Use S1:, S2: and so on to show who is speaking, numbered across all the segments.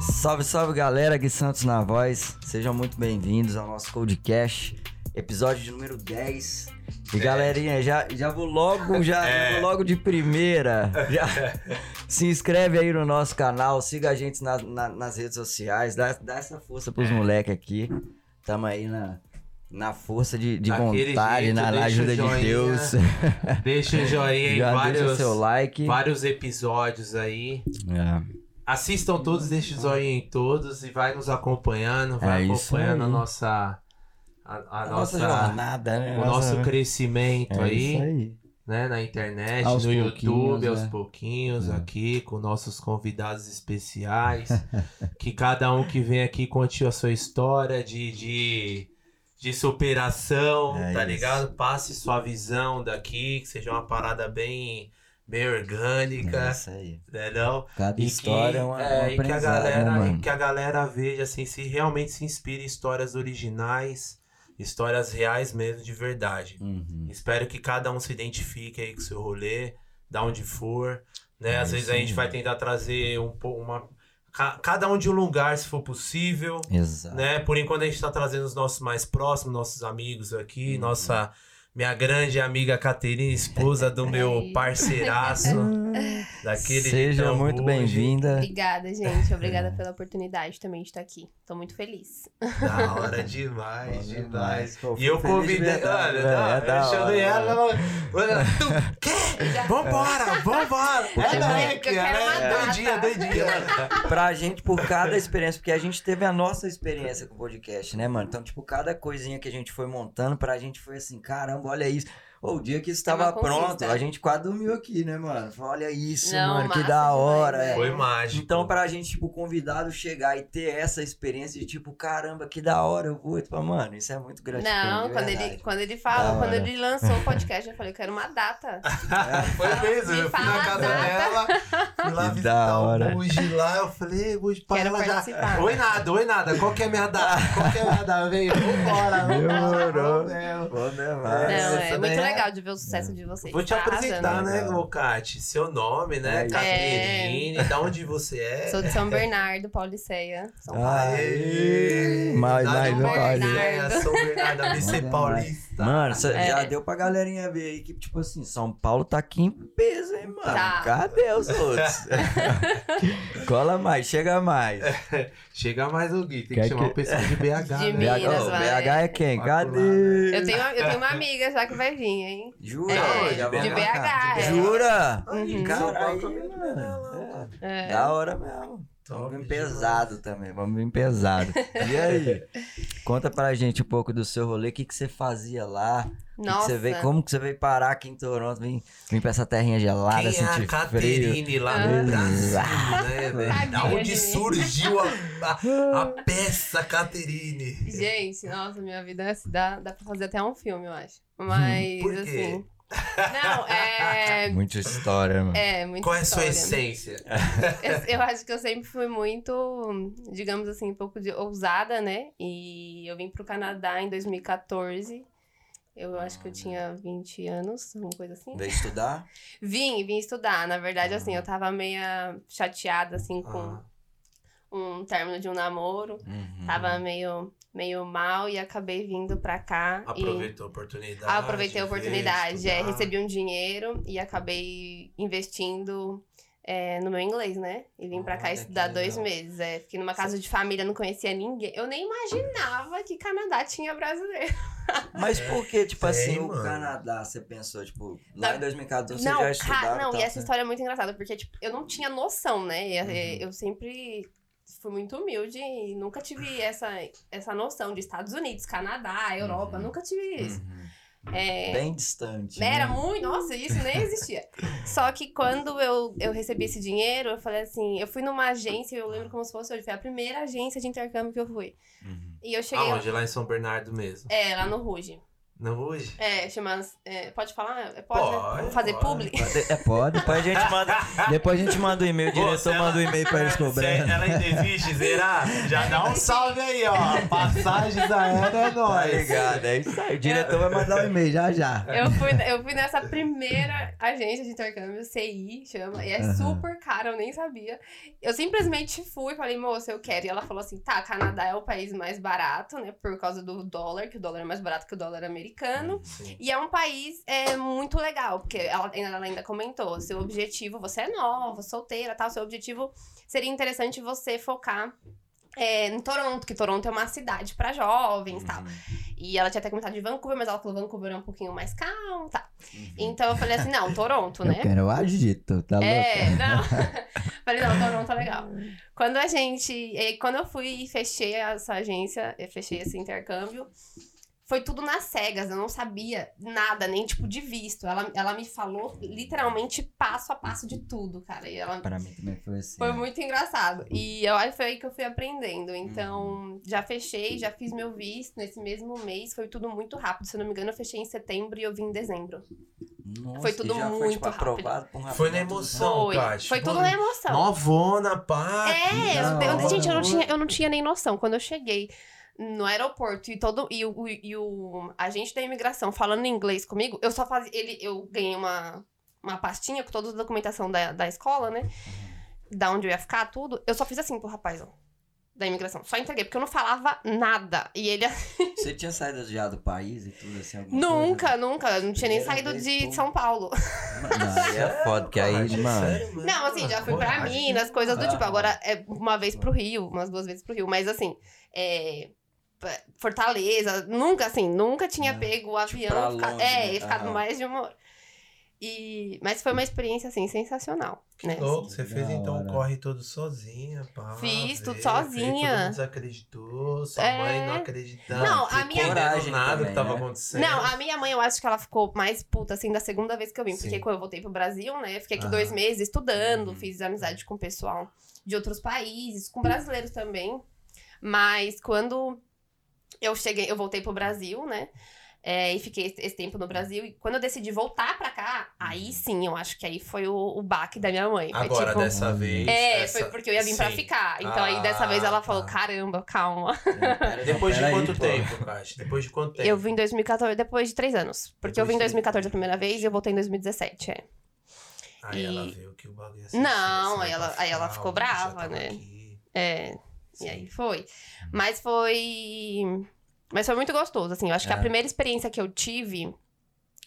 S1: Salve, salve galera, Gui Santos na voz. Sejam muito bem-vindos ao nosso Codecast, episódio de número 10. E galerinha, já, já vou logo, já,
S2: É.
S1: já vou logo de primeira. Já se inscreve aí no nosso canal, siga a gente na- na- nas redes sociais, dá, dá essa força
S2: É.
S1: pros moleques aqui. Tamo aí na, na força de, de
S2: Daquele
S1: vontade,
S2: jeito,
S1: na, na
S2: deixa o
S1: ajuda de
S2: joinha,
S1: Deus.
S2: Deixa o joinha em
S1: já deixa
S2: vários,
S1: seu like.
S2: vários episódios aí.
S1: É.
S2: Assistam todos, deixa o joinha em todos e vai nos acompanhando, vai
S1: É isso
S2: acompanhando a
S1: aí.
S2: nossa. A, a
S1: A
S2: nossa,
S1: jornada, né?
S2: o nosso
S1: é
S2: crescimento aí,
S1: isso aí.
S2: né? Na internet,
S1: Aos
S2: no
S1: pouquinhos,
S2: YouTube, aos
S1: é.
S2: pouquinhos,
S1: É.
S2: aqui, com nossos convidados especiais. que cada um que vem aqui conte a sua história de. de... de superação,
S1: É
S2: tá
S1: isso.
S2: ligado? Passe sua visão daqui, que seja uma parada bem, bem
S1: É
S2: orgânica,
S1: isso aí.
S2: né não?
S1: Cada
S2: E
S1: É. história
S2: que,
S1: é uma,
S2: é,
S1: uma
S2: e que a
S1: aprendizado, né,
S2: galera, e
S1: mano?
S2: que a galera veja assim, se realmente se inspire em histórias originais, histórias reais mesmo de verdade.
S1: Uhum.
S2: Espero que cada um se identifique aí com o seu rolê, da onde for, né?
S1: É
S2: Às
S1: isso
S2: vezes a gente
S1: aí.
S2: vai tentar trazer um pouco uma ca- cada um de um lugar, se for possível
S1: Exato.
S2: né? Por enquanto a gente tá trazendo os nossos mais próximos, nossos amigos aqui,
S1: Uhum.
S2: nossa minha grande amiga Caterina, esposa do meu
S3: Aí.
S2: parceiraço daquele de
S1: Seja
S2: Tambugi.
S1: muito bem-vinda.
S3: Obrigada, gente.
S2: É.
S3: Obrigada pela oportunidade também de estar aqui. Tô muito feliz.
S2: Da hora demais, demais.
S1: Pô,
S2: E eu
S1: feliz de
S2: convidei,
S1: verdade,
S2: olha,
S1: velho,
S2: não,
S1: é da
S2: eu
S1: hora,
S2: chamei ela, ela, ela, tu quer? Vambora, vambora.
S1: Porque
S2: Ela é
S3: eu
S2: que,
S3: quero
S2: ela
S3: uma
S2: é
S3: data.
S2: doidinha, doidinha. né?
S1: Pra gente, por cada experiência, porque a gente teve a nossa experiência com o podcast, né, mano? Então, tipo, cada coisinha que a gente foi montando, pra gente foi assim, caramba, olha isso. Ô, o dia que isso
S3: É uma
S1: tava pronto,
S3: conquista.
S1: a gente quase dormiu aqui, né, mano? Falou, olha isso,
S3: Não,
S1: mano, que
S3: massa
S1: da
S3: demais, né?
S1: hora.
S3: velho.
S1: é.
S2: Foi mágico.
S1: Então, pra gente, tipo, o convidado chegar e ter essa experiência de tipo, caramba, que da hora, eu vou. Tipo, mano, isso é muito gratificante.
S3: Não,
S1: de
S3: quando ele,
S1: verdade.
S3: quando ele
S1: Da
S3: falou, quando
S1: hora.
S3: ele lançou o podcast, eu falei, eu quero uma data.
S2: Foi mesmo,
S3: Me
S2: eu fui
S3: fala
S2: na casa
S3: nada.
S2: dela, fui lá
S1: Que
S2: visitar
S1: da hora.
S2: o Bugi lá, eu falei, "Ei, Bugi, para
S3: Quero
S2: lá já.
S3: participar.
S2: Oi nada, oi nada, qual que é a minha data? Qual que é a minha data? Vem, vambora, vambora.
S1: Demorou.
S2: vambora.
S1: Bom demais.
S2: essa
S3: Não, é
S2: daí
S3: muito
S2: é-
S3: legal de ver o sucesso de vocês.
S2: Vou te
S3: Tá
S2: apresentar,
S3: arrasando.
S2: né, Cate? Seu nome, né?
S1: É isso.
S2: Caterine, da onde você é?
S3: Sou de São Bernardo, Pauliceia. São
S1: Então,
S3: Paulo.
S2: Aê!
S1: Mais,
S2: Da
S1: mais,
S2: Dom
S3: mais.
S2: Pauliceia, São Bernardo,
S1: Bom
S2: MC
S1: demais.
S2: Paulista.
S1: Mano, cê-
S3: É.
S1: tá? já deu pra galerinha ver aí que, tipo assim, São Paulo tá aqui em peso, hein, mano?
S3: Tá.
S1: Cadê os outros? Cola mais, chega mais.
S2: Chega mais o Gui, tem
S1: Quer
S2: que chamar
S1: que-
S2: o pessoal de BH, né?
S3: De
S1: BH,
S3: Minas,
S1: ô,
S3: vai.
S1: BH é quem?
S2: Vai pro
S1: Cadê?
S3: Eu tenho, eu tenho uma amiga já que vai vir, hein?
S1: né? Jura?
S2: É,
S1: Já
S2: de
S1: vamos
S2: BH,
S1: marcar.
S2: é.
S1: Jura?
S3: Uhum.
S1: Caralho,
S2: São Paulo também.
S1: mano. É.
S3: É.
S1: Da hora mesmo. Vamos
S2: Top
S1: vir
S2: demais.
S1: pesado também, vamos vir pesado. E aí? Conta pra gente um pouco do seu rolê, o que, que você fazia lá? Que que
S3: Nossa.
S1: você veio, como que você veio parar aqui em Toronto? Vim, vim pra essa terrinha gelada,
S2: Quem é a
S1: sentir frio. Tá
S2: Caterine lá no Brasil, né, velho? Da
S3: Tadinha
S2: onde
S3: de mim.
S2: surgiu a, a, a peça Caterine?
S3: Gente, nossa, minha vida é- dá, dá pra fazer até um filme, eu acho. Mas,
S2: Hum, por quê?
S3: assim. Não, é.
S1: Muita história, mano.
S3: É, muito
S2: Qual é a sua essência?
S3: É Eu, eu acho que eu sempre fui muito, digamos assim, um pouco de ousada, né? E eu vim pro Canadá em 2014. Eu acho que eu tinha 20 anos, alguma coisa assim.
S1: Veio estudar?
S3: Vim, vim estudar. Na verdade,
S2: Né? Ah.
S3: assim, eu tava meia chateada, assim, com
S2: Ah,
S3: um término de um namoro. Tava
S2: Uhum.
S3: meio, meio mal e acabei vindo pra cá. e...
S2: Ah, aproveitou a oportunidade.
S3: Ah, aproveitei a
S2: veio
S3: oportunidade. é,
S2: estudar.
S3: recebi um dinheiro e acabei investindo é, no meu inglês, né? E vim pra cá
S2: Olha,
S3: estudar
S2: que
S3: dois
S2: legal.
S3: meses. é. fiquei numa casa de família, não conhecia ninguém. Eu nem imaginava que Canadá tinha brasileiro.
S1: Mas por que, tipo
S2: Sei,
S1: assim, o
S2: mano.
S1: Canadá, você pensou, tipo, lá
S3: Da-
S1: em 2014
S3: não,
S1: você já
S3: ca-
S1: estudava?
S3: não,
S1: tal,
S3: e essa
S1: né?
S3: história é muito engraçada, porque tipo, eu não tinha noção, né? E, é,
S1: Uhum.
S3: Eu sempre fui muito humilde e nunca tive essa, essa noção de Estados Unidos, Canadá, Europa,
S1: Uhum.
S3: nunca tive isso.
S1: Uhum.
S3: É,
S1: Bem distante.
S3: Era
S1: né?
S3: muito, nossa, isso nem existia. Só que quando eu, eu recebi esse dinheiro, eu falei assim, eu fui numa agência, eu lembro como se fosse hoje, foi a primeira agência de intercâmbio que eu fui.
S1: Uhum.
S3: E eu cheguei
S2: Aonde? Lá em São Bernardo mesmo.
S3: é, lá no Ruge.
S2: Não hoje?
S3: É, chama. é, pode falar? É, Pode, né?
S2: Pode,
S3: fazer
S2: pode,
S3: public?
S1: É, pode. Depois a gente manda. Depois a gente manda o e-mail, o
S2: Pô,
S1: diretor
S2: se
S1: manda o e-mail pra eles
S2: Se
S1: cobrando.
S2: ela ainda existe, será? Já dá um salve aí, ó. Passagens aéreas
S1: Tá
S2: é nóis.
S1: ligado, é isso aí. O diretor vai mandar o e-mail já já.
S3: Eu fui, eu fui nessa primeira agência de intercâmbio, CI chama, e é
S1: Aham.
S3: super caro, eu nem sabia. Eu simplesmente fui e falei, moça, eu quero. E ela falou assim: tá, Canadá é o país mais barato, né? Por causa do dólar, que o dólar é mais barato que o dólar americano.
S2: Sim.
S3: E é um país é, muito legal, porque ela, ela ainda comentou, seu objetivo, você é nova, solteira, tal, seu objetivo seria interessante você focar é, em Toronto, que Toronto é uma cidade pra jovens, tal. E ela tinha até comentado de Vancouver, mas ela falou Vancouver é um pouquinho mais calmo, tá. Então eu falei assim, não, Toronto, né?
S1: Eu quero o agito, tá louco?
S3: É, não. Falei, não, Toronto tá legal. Quando a gente. eh, Quando eu fui e fechei essa agência, eu fechei esse intercâmbio, foi tudo nas cegas, eu não sabia nada, nem tipo de visto. Ela, ela me falou literalmente passo a passo de tudo, cara. E ela
S1: Pra mim também foi assim.
S3: foi muito engraçado. E eu acho que foi aí que eu fui aprendendo. Então, já fechei, já fiz meu visto nesse mesmo mês. Foi tudo muito rápido. Se eu não me engano, eu fechei em setembro e eu vim em dezembro.
S1: Nossa,
S3: foi tudo
S1: e já foi,
S3: muito
S1: tipo,
S3: rápido.
S1: aprovado por um rapaz.
S2: Foi na emoção,
S3: Foi.
S2: Tati.
S3: Foi tudo
S2: Pô,
S3: na emoção.
S2: Novona, pá.
S3: É, eu-
S1: Da
S3: eu-
S1: hora,
S3: gente, eu não,
S1: da
S3: tinha, eu não tinha nem noção. Quando eu cheguei no aeroporto e todo e o, e o agente da imigração falando em inglês comigo, eu só fazia. Ele, eu ganhei uma, uma pastinha com toda a documentação da, da escola, né? Da onde eu ia ficar, tudo. Eu só fiz assim pro rapaz, ó. Da imigração. Só entreguei, porque eu não falava nada. E ele.
S1: Você tinha saído já do país e tudo assim? alguma
S3: nunca, nunca. Eu não tinha nem
S1: Primeira
S3: saído
S1: vez,
S3: de
S1: pô.
S3: São Paulo.
S1: coisa? Não, aí é foda, porque aí,
S2: Coragem,
S1: mano.
S2: sério, mano.
S3: Não, assim, já fui pra
S2: Coragem. né?
S3: Minas, coisas do
S1: Ah.
S3: tipo. Agora é uma vez pro Rio, umas duas vezes pro Rio, mas assim, é, pra- Fortaleza, nunca assim, nunca tinha
S1: Ah,
S3: pego o
S1: pra
S3: avião, fica-
S1: longe,
S3: é,
S1: né?
S3: e ficado
S1: Aham.
S3: mais de uma hora. E, mas foi uma experiência assim sensacional, né?
S2: Louco, você fez
S1: Da
S2: então
S1: hora.
S2: o corre todo sozinha, pá.
S3: Fiz
S2: veio,
S3: tudo
S2: veio,
S3: sozinha.
S2: Todo mundo desacreditou, sua
S3: É.
S2: mãe não acreditava.
S3: Não, a minha-
S2: entendendo
S1: Coragem
S2: nada
S1: também,
S2: que tava
S1: né?
S2: acontecendo.
S3: Não, a minha mãe, eu acho que ela ficou mais puta, assim, da segunda vez que eu vim. Porque
S2: Sim.
S3: quando eu voltei pro Brasil, né? Fiquei aqui
S2: Aham.
S3: dois meses estudando,
S2: Uhum.
S3: fiz amizade com o pessoal de outros países, com brasileiros também. Mas quando eu cheguei, eu voltei pro Brasil, né? é, e fiquei esse, esse tempo no Brasil. E quando eu decidi voltar pra cá, aí sim, eu acho que aí foi o, o baque da minha mãe. Foi
S2: Uhum. Agora,
S3: tipo,
S2: dessa vez.
S3: É,
S2: essa-
S3: foi porque eu ia vir pra
S2: Sim.
S3: ficar. Então aí dessa vez
S2: Ah,
S3: ela falou:
S2: tá.
S3: caramba, calma.
S2: Depois de
S1: Pera aí,
S2: quanto
S1: pô.
S2: tempo, Caixa? Depois de
S1: É.
S2: quanto tempo?
S3: Eu vim em 2014, depois de três anos. Porque eu
S2: Depois
S3: vim em
S2: de-
S3: 2014 a primeira vez e eu voltei em 2017, é.
S2: Aí
S3: e-
S2: ela viu que o bagulho ia ser
S3: Não,
S2: sucesso,
S3: aí
S2: né,
S3: ela-
S2: pra
S3: aí ela
S2: ficar,
S3: ficou
S2: o bagulho já
S3: brava,
S2: tava
S3: né?
S2: aqui,
S3: É, e
S2: sim.
S3: aí foi. Mas foi. Mas foi muito gostoso, assim. Eu acho que
S1: É.
S3: a primeira experiência que eu tive,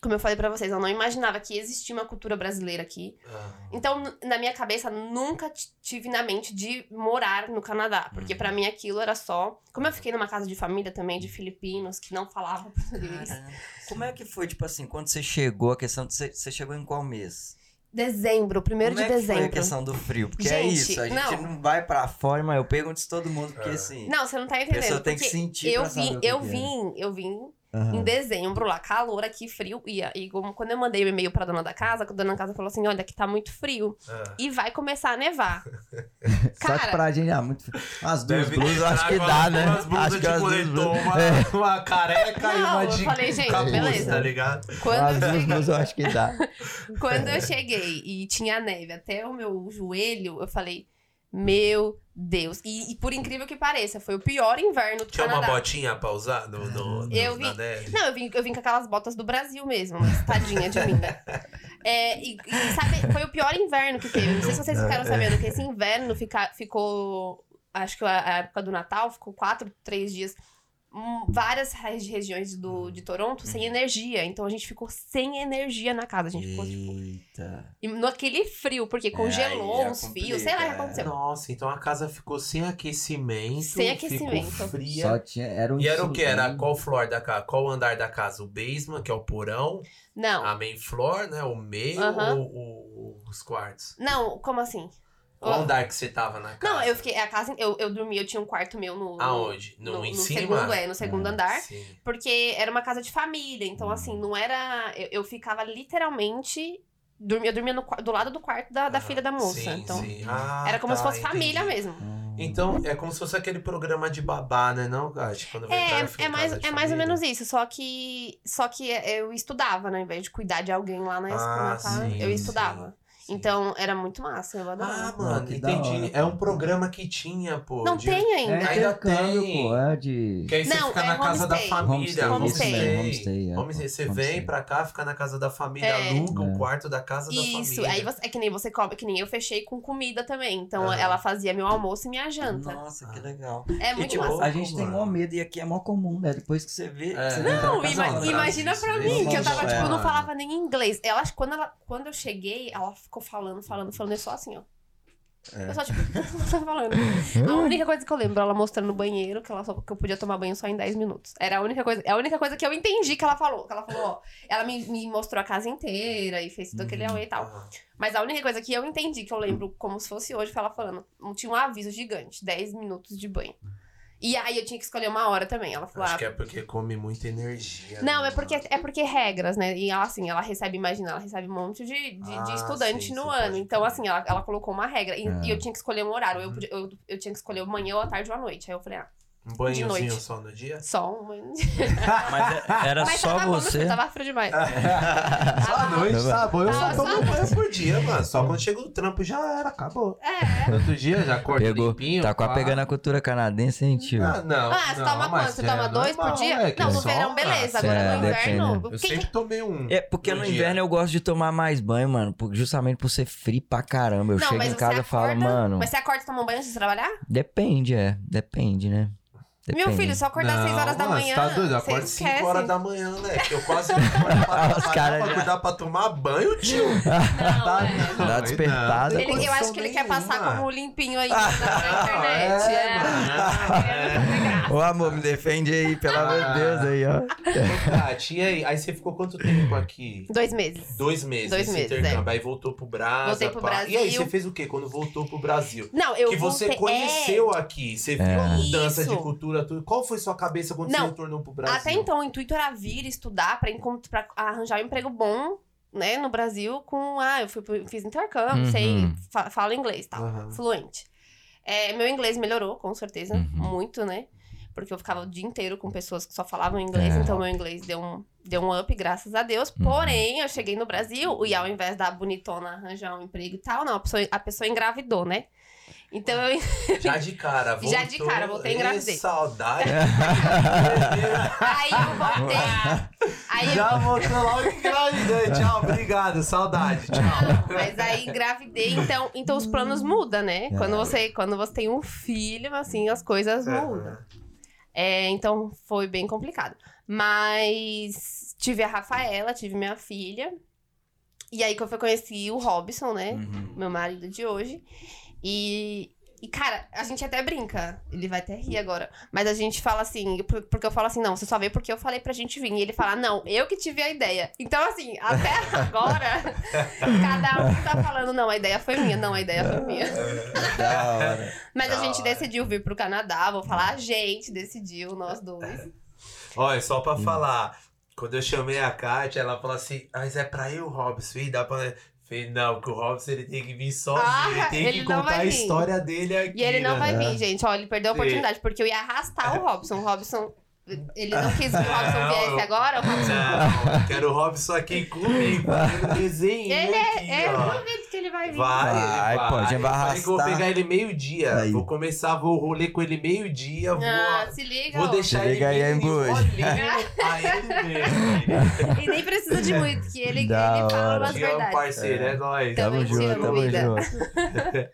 S3: como eu falei pra vocês, eu não imaginava que existia uma cultura brasileira aqui.
S2: Ah,
S3: Então, n- na minha cabeça, nunca t- tive na mente de morar no Canadá. Porque
S1: Uhum.
S3: pra mim aquilo era só. Como eu fiquei numa casa de família também, de filipinos, que não falavam português.
S1: Caramba. Como é que foi, tipo assim, quando você chegou, a questão de você, você chegou em qual mês?
S3: Dezembro, primeiro
S1: Como
S3: de
S1: é que Foi a
S3: dezembro.
S1: questão do frio, porque é
S3: Gente,
S1: isso, a gente
S3: não.
S1: não, vai pra fora, mas eu pergunto isso todo mundo, porque
S2: É.
S1: assim,
S3: Não, você não tá
S1: a
S3: entendendo.
S1: pessoa tem que
S3: porque
S1: sentir
S3: eu
S1: pra saber
S3: vim,
S1: o que
S3: eu
S1: que é.
S3: vim, eu vim
S1: Aham.
S3: Em dezembro, lá, calor aqui, frio. E, ah, e como- quando eu mandei o e-mail pra dona da casa, a dona da casa falou assim: olha, aqui tá muito frio.
S2: ah.
S3: E vai começar a nevar.
S1: Só que
S3: Cara-
S1: pra gente é muito As duas
S2: Deve
S1: blusas eu acho que
S2: entrar
S1: dá,
S2: com
S1: né?
S2: Umas blusas
S1: Acho que
S2: de
S1: as duas
S2: moletom,
S1: blusas.
S2: uma, uma careca e
S3: Não,
S2: uma
S3: eu
S2: de
S3: falei, gente,
S2: capuz,
S1: beleza.
S2: tá ligado?
S1: As
S3: Quando Tipo, eu,
S1: duas
S3: cheguei,
S1: blusas eu acho que dá.
S3: quando eu cheguei e tinha neve até o meu joelho, eu falei: meu Deus. E, e por incrível que pareça, foi o pior inverno do
S2: Tinha uma
S3: Canadá.
S2: botinha pra usar no, no, no-
S3: Eu
S2: na
S3: vi-
S2: neve?
S3: Não, eu vim, eu vim com aquelas botas do Brasil mesmo, mas tadinha de mim, né? É, e, e sabe, foi o pior inverno que teve. Não sei se vocês ficaram sabendo que esse inverno fica, ficou. Acho que a, a época do Natal ficou quatro, três dias. hum, várias regi- regiões do, de Toronto sem energia. Então a gente ficou sem energia na casa. A gente ficou, tipo.
S1: Eita.
S3: E no aquele frio, porque congelou
S1: aí já
S3: uns fios, sei lá
S1: complica,
S3: o que
S1: é.
S3: aconteceu.
S2: Nossa, então a casa ficou sem aquecimento.
S3: Sem aquecimento.
S2: Ficou fria.
S1: Só tinha. Era um
S2: E era o que? Era
S1: insulin-
S2: qual floor da casa? Qual andar da casa? O basement, que é o porão,
S3: Não.
S2: a main floor, né? O meio
S3: Aham.
S2: ou, o- os quartos?
S3: Não, como assim?
S2: Qual
S3: Ó,
S2: andar que você tava na casa?
S3: Não, eu fiquei. A casa, eu, eu dormi, eu tinha um quarto meu no. no-
S2: Aonde? No, em cima?
S3: segundo, é, no segundo
S2: Hum.
S1: Ah,
S3: andar.
S2: Sim.
S3: Porque era uma casa de família,
S2: Hum.
S3: então assim, não era. Eu, eu ficava literalmente. Dormia, eu dormia no qua- do lado do quarto da, da
S2: Ah,
S3: filha da moça.
S2: sim,
S3: então,
S2: sim. Ah,
S3: era como se
S2: tá,
S3: fosse família
S2: entendi.
S3: mesmo.
S2: Então, é como se fosse aquele programa de babá, né, não, Gatti? Quando vem cara fica
S3: É, é
S2: em
S3: mais,
S2: casa de
S3: é mais ou
S2: família.
S3: menos isso, só que só que eu estudava, né? Ao invés de cuidar de alguém lá na
S2: Ah,
S3: escola, tá?
S2: sim,
S3: eu
S2: sim,
S3: estudava.
S2: sim.
S3: Então era muito massa, eu
S2: Ah,
S3: adorava.
S2: mano,
S1: que da
S2: entendi.
S1: hora.
S2: É um programa que tinha, pô.
S3: não
S2: de-
S3: tem ainda.
S2: Ainda
S1: É intercâmbio,
S2: tem.
S1: pô. É de.
S2: Que aí você
S3: Não,
S2: fica
S3: é
S2: na casa da
S3: homestay.
S2: família.
S1: Homestay,
S3: homestay,
S1: homestay, é,
S2: Homestay, Você
S1: homestay.
S2: vem pra cá, fica na casa da família,
S3: É.
S2: aluga o
S1: É.
S2: quarto da casa da
S3: Isso,
S2: família.
S3: aí você, é que nem você cobra, que nem eu fechei com comida também. Então
S2: Aham.
S3: ela fazia meu almoço e minha janta.
S1: Nossa, que legal.
S3: É
S1: E,
S3: muito
S1: tipo,
S3: massa.
S1: a gente tem
S2: mano.
S1: maior medo e aqui é mó comum, né? Depois que você vê.
S2: É.
S1: você vem pra
S3: Não,
S1: casa,
S3: ima-
S1: olha.
S3: imagina pra
S2: Isso,
S3: mim, que eu tava,
S1: isso,
S3: tipo,
S1: é.
S3: não falava nem inglês. Ela, acho que quando, ela, quando eu cheguei, ela ficou falando, falando, falando, eu só assim, ó.
S2: É.
S3: Eu só, tipo, só falando. A única coisa que eu lembro, ela mostrando no banheiro, que, ela só, que eu podia tomar banho só em 10 minutos. Era a única coisa, é a única coisa que eu entendi que ela falou. Que ela falou, ó, ela me, me mostrou a casa inteira e fez tudo aquele auê e tal.
S2: Ah,
S3: Mas a única coisa que eu entendi, que eu lembro como se fosse hoje, foi ela falando. Tinha um aviso gigante, 10 minutos de banho. E aí eu tinha que escolher uma hora também. Ela falou,
S2: acho
S3: ah,
S2: que é porque come muita energia.
S3: não,
S2: né,
S3: é porque,
S2: mano?
S3: é porque regras, né? E ela, assim, ela recebe, imagina, ela recebe um monte de, de- de
S2: Ah,
S3: estudante
S2: sim,
S3: no
S2: sim,
S3: ano.
S2: pode
S3: Então,
S2: crer. Uhum.
S3: assim, ela, ela colocou uma regra. E,
S1: É.
S3: e eu tinha que escolher um horário. Eu, podia- eu, eu tinha que escolher ou manhã ou à tarde ou à noite. Aí eu falei, ah,
S2: Um
S3: de
S2: banhozinho
S3: noite.
S2: só no dia?
S3: só um.
S4: Mas é- era
S3: Mas
S4: só
S3: tava bom, meu filho,
S4: você.
S3: tava frio demais.
S2: Ah, Só à
S3: Tava-
S2: noite, tá bom. Eu só
S3: Tava-
S2: tomo banho por dia, mano. Só quando chega o trampo já era, acabou.
S3: É.
S2: Outro dia já acorda
S1: Pegou.
S2: limpinho.
S1: Tá
S2: pá.
S1: quase pegando a cultura canadense, hein, tio?
S2: Ah, não.
S3: Ah, você
S2: não,
S3: toma
S2: mas
S3: quanto? Você
S2: é
S3: toma dois por
S2: normal,
S3: dia?
S2: né, que
S3: não, no
S2: só-
S3: verão, beleza. Agora
S1: É,
S3: no inverno.
S1: depende.
S2: Eu
S3: quem-
S2: sempre tomei um.
S1: É, porque
S2: no
S1: no
S2: dia.
S1: inverno eu gosto de tomar mais banho, mano. por- Justamente por ser frio pra caramba. Eu chego em
S3: você
S1: casa e falo,
S3: acorda-
S1: mano.
S3: Mas você acorda e toma um banho antes de trabalhar?
S1: Depende, é. Depende, né? Depende.
S3: Meu filho, só acordar às 6 horas da
S2: mano,
S3: manhã.
S2: Você tá doido? Eu
S3: você
S2: acordo 5
S3: esquece.
S2: horas da manhã, né? Que eu quase não acordo pra,
S1: Os
S2: trabalhar,
S1: caras
S2: pra
S1: já-
S2: cuidar pra tomar banho, tio.
S3: Não,
S1: Tá
S3: é.
S1: Dá despertada.
S3: Ele- eu acho que ele quer passar como um limpinho aí na internet.
S2: internet.
S3: é.
S2: É,
S1: Ô, amor, me defende aí, pelo amor de Deus aí, ó.
S2: mano. Ô, Tati, e aí? Aí você ficou quanto tempo aqui?
S3: Dois meses.
S2: Dois meses.
S3: Dois
S2: esse
S3: meses, é.
S2: intercâmbio. Aí voltou pro Brasil.
S3: Voltei pro
S2: E aí,
S3: Brasil.
S2: você fez o quê quando voltou pro Brasil?
S3: Não, eu é,
S2: que você
S3: voltei-
S2: conheceu aqui, você viu a mudança
S3: Isso.
S2: de cultura, tudo. Qual foi sua cabeça quando
S3: Não.
S2: você retornou pro
S3: É,
S2: Brasil?
S3: Até então, o intuito era vir estudar pra, encont- pra arranjar um emprego bom, né, no Brasil, com. Ah, eu fui, pro- fiz intercâmbio,
S1: Uhum.
S3: sei, fa- falo inglês e tal.
S2: Aham.
S3: Fluente. É, meu inglês melhorou, com certeza,
S1: Uhum.
S3: muito, né? Porque eu ficava o dia inteiro com pessoas que só falavam inglês,
S1: É.
S3: então meu inglês deu um, deu um up, graças a Deus.
S1: Uhum.
S3: Porém, eu cheguei no Brasil e ao invés da bonitona arranjar um emprego e tal, não, a pessoa, a pessoa engravidou, né? Então eu
S2: Já de cara, voltou.
S3: Já de cara, voltei e
S2: Ê,
S3: engravidei.
S2: saudade.
S3: Aí eu voltei. Aí eu...
S2: Já voltou logo engravidei. Tchau, obrigado, saudade. Tchau.
S3: Não, mas aí engravidei, então, então os planos mudam, né? Quando você, quando você tem um filho, assim, as coisas mudam. É, então foi bem complicado. Mas tive a Rafaela, tive minha filha. E aí que eu conheci o Robson, né?
S1: Uhum,
S3: Meu marido de hoje. E, e, cara, a gente até brinca. Ele vai até rir agora. Mas a gente fala assim, por- porque eu falo assim, não, você só veio porque eu falei pra gente vir. E ele fala, não, eu que tive a ideia. Então, assim, até agora, cada um tá falando, não, a ideia foi minha, não, a ideia foi minha.
S1: Da hora.
S3: Mas
S2: É. Da
S3: a gente
S2: hora.
S3: decidiu vir pro Canadá, vou falar, a gente decidiu, nós dois.
S2: Olha, só pra
S1: Hum.
S2: falar, quando eu chamei a Kátia, ela falou assim: Mas é pra eu, Robson, e dá pra. Falei, não, que o Robson ele tem que vir sozinho,
S3: Ah,
S2: ele tem
S3: ele
S2: que
S3: não
S2: contar
S3: vai
S2: a
S3: vir.
S2: história dele aqui.
S3: E ele não
S2: né?
S3: vai vir, gente. Ó, ele perdeu a
S2: Sim.
S3: oportunidade, porque eu ia arrastar o Robson. O Robson. Ele não quis que o Robson
S2: Não, eu-
S3: viesse agora. o Robson-
S2: Não, eu quero o Robson aqui comigo, fazendo desenho.
S3: Ele
S2: aqui,
S3: É, eu
S2: ó.
S3: não vejo que ele vai vir.
S2: Vai,
S1: Vai,
S2: ele vai.
S1: pô, a gente vai
S2: Eu falei que eu vou
S1: arrastar.
S2: pegar ele meio-dia.
S1: Aí.
S2: Vou começar, vou rolê com ele meio-dia. Vou,
S3: Ah, se liga.
S2: vou
S3: ó.
S2: deixar ele.
S1: Chega aí, hein,
S2: bem
S1: Bud?
S2: molinho. Aí Ah, ele mesmo.
S3: E nem precisa de muito, que ele, ele
S1: Da
S3: fala
S1: hora.
S3: umas
S2: Te amo,
S3: verdades.
S2: um parceiro, é nóis.
S1: Tamo
S3: Também te
S1: junto,
S3: amo,
S1: tamo
S3: vida.
S1: junto.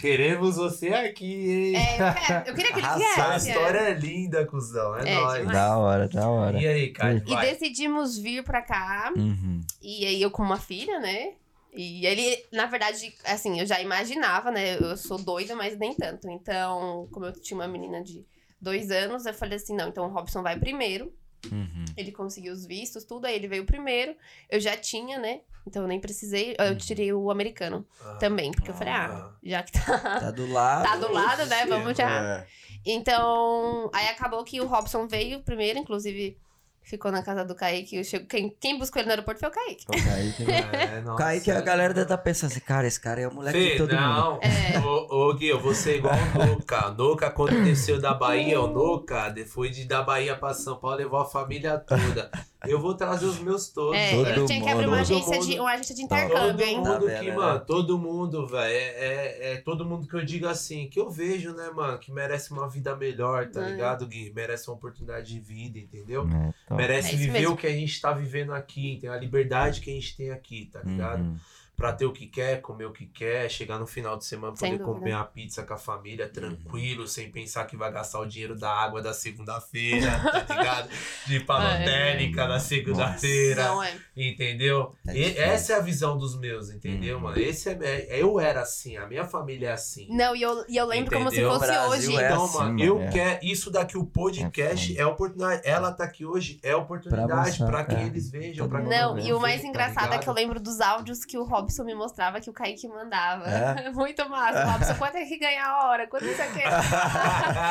S2: Queremos você aqui, hein?
S3: É, eu, quero- eu queria que ele
S2: Arrasar, a
S3: viesse.
S2: história é linda, cuzão. É,
S3: É,
S2: nóis.
S3: demais.
S1: Da hora, da hora. Hum.
S2: E aí, Kai?
S3: E decidimos vir pra cá.
S1: Uhum.
S3: E aí eu com uma filha, né? E ele, na verdade, assim, eu já imaginava, né? Eu sou doida, mas nem tanto. Então, como eu tinha uma menina de dois anos, eu falei assim, não, então o Robson vai primeiro.
S1: Uhum.
S3: Ele conseguiu os vistos, tudo, aí ele veio primeiro. Eu já tinha, né? Então eu nem precisei. Eu tirei o americano também, porque eu falei, ah, já que tá.
S1: Tá do lado.
S3: Tá do lado, né? Vamos já.
S1: É.
S3: Então, aí acabou que o Robson veio primeiro, inclusive Ficou na casa do Kaique. Eu chego... quem, quem buscou ele no aeroporto foi o Kaique.
S1: O Kaique,
S2: É,
S1: o
S2: nossa.
S1: Kaique a galera deve estar pensando assim, cara, esse cara é o moleque de
S2: Fê,
S1: todo mundo.
S2: não.
S3: É.
S2: Ô, ô, Gui, eu vou ser igual o Nuca. Nuca, quando desceu da Bahia, o Nuca, depois de da Bahia pra São Paulo, levou a família toda. Eu vou trazer os meus todos.
S3: É,
S1: Todo
S2: velho.
S3: eu tinha que abrir uma
S1: mundo.
S3: agência,
S2: Todo
S3: de,
S2: mundo.
S3: uma agência de
S2: Todo
S3: intercâmbio, hein?
S1: Tá
S2: mundo
S1: vendo,
S2: que,
S1: né?
S2: mano, todo mundo, velho. É, é, é todo mundo que eu digo assim, que eu vejo, né, mano, que merece uma vida melhor, tá
S3: É.
S2: ligado, Gui? Merece uma oportunidade de vida, entendeu?
S1: É, tá.
S2: Merece
S3: É isso
S2: viver
S3: mesmo.
S2: o que a gente tá vivendo aqui, entendeu? A liberdade que a gente tem aqui, tá ligado?
S1: Uhum.
S2: Pra ter o que quer, comer o que quer, chegar no final de semana,
S3: Sem
S2: poder
S3: dúvida.
S2: comer uma pizza com a família,
S1: Uhum.
S2: tranquilo, sem pensar que vai gastar o dinheiro da água da segunda-feira, tá ligado? De palotécnica na segunda-feira.
S3: É. Não, é.
S2: Entendeu?
S1: É
S2: E-
S1: difícil.
S2: essa é a visão dos meus, entendeu,
S1: Uhum.
S2: mano? Esse é, é- eu era assim, a minha família é assim.
S3: Não, e eu, e eu lembro
S2: Entendeu?
S3: como se fosse
S1: Brasil
S3: hoje.
S1: é
S2: então,
S1: assim,
S2: mano,
S1: mano,
S2: eu
S1: é.
S2: quero. Isso daqui, o podcast,
S1: É
S2: é, oportunidade. Ela tá aqui hoje, é oportunidade
S1: mostrar,
S2: pra, que
S1: é.
S2: eles vejam.
S1: Todo
S2: Pra que
S1: mundo
S3: Não,
S2: todo
S1: vê.
S2: mundo
S3: e o mais
S2: veja, tá
S3: engraçado é que eu
S2: ligado?
S3: lembro dos áudios que o Robson me mostrava que o Kaique mandava.
S1: É?
S3: Muito massa. O Robson, quanto é que ganha a hora? Quanto isso aqui?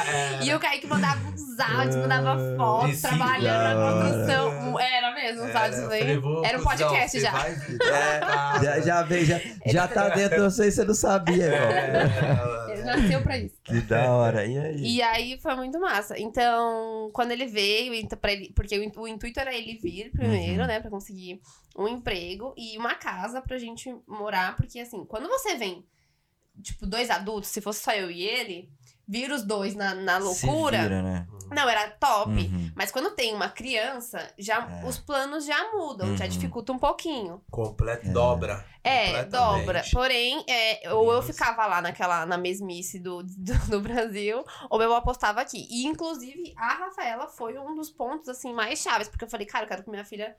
S2: É.
S3: E o Kaique mandava uns áudios,
S1: Ah,
S3: mandava
S2: de
S3: fotos,
S2: cinco
S3: trabalhando na
S1: horas.
S3: construção. Era mesmo, uns áudios
S2: é, eu falei,
S3: aí.
S2: vou,
S3: Era um
S2: cuzão,
S3: podcast
S2: você
S3: já.
S2: vai vir,
S1: É,
S2: tá,
S1: Já, já veio, já, já tá dentro, eu sei, você não sabia, irmão.
S2: É,
S3: Ele nasceu pra isso.
S1: Que da hora. E aí?
S3: E aí foi muito massa. Então, quando ele veio, então, pra ele- porque o, in- o intuito era ele vir primeiro,
S1: Uhum.
S3: né? Pra conseguir um emprego e uma casa pra gente morar. Porque assim, quando você vem, tipo, dois adultos, se fosse só eu e ele, vira os dois na, na
S1: Se
S3: loucura.
S1: vira, né?
S3: Não, era top.
S1: Uhum.
S3: Mas quando tem uma criança, já
S1: É.
S3: os planos já mudam, já
S1: Uhum.
S3: dificulta um pouquinho.
S2: Completo,
S1: É.
S2: dobra.
S3: É,
S2: Completamente.
S3: dobra. Porém, é, ou eu
S2: Criança.
S3: ficava lá naquela, na mesmice do, do, do Brasil, ou eu apostava aqui. E, inclusive, a Rafaela foi um dos pontos, assim, mais chaves. Porque eu falei, cara, eu quero que minha filha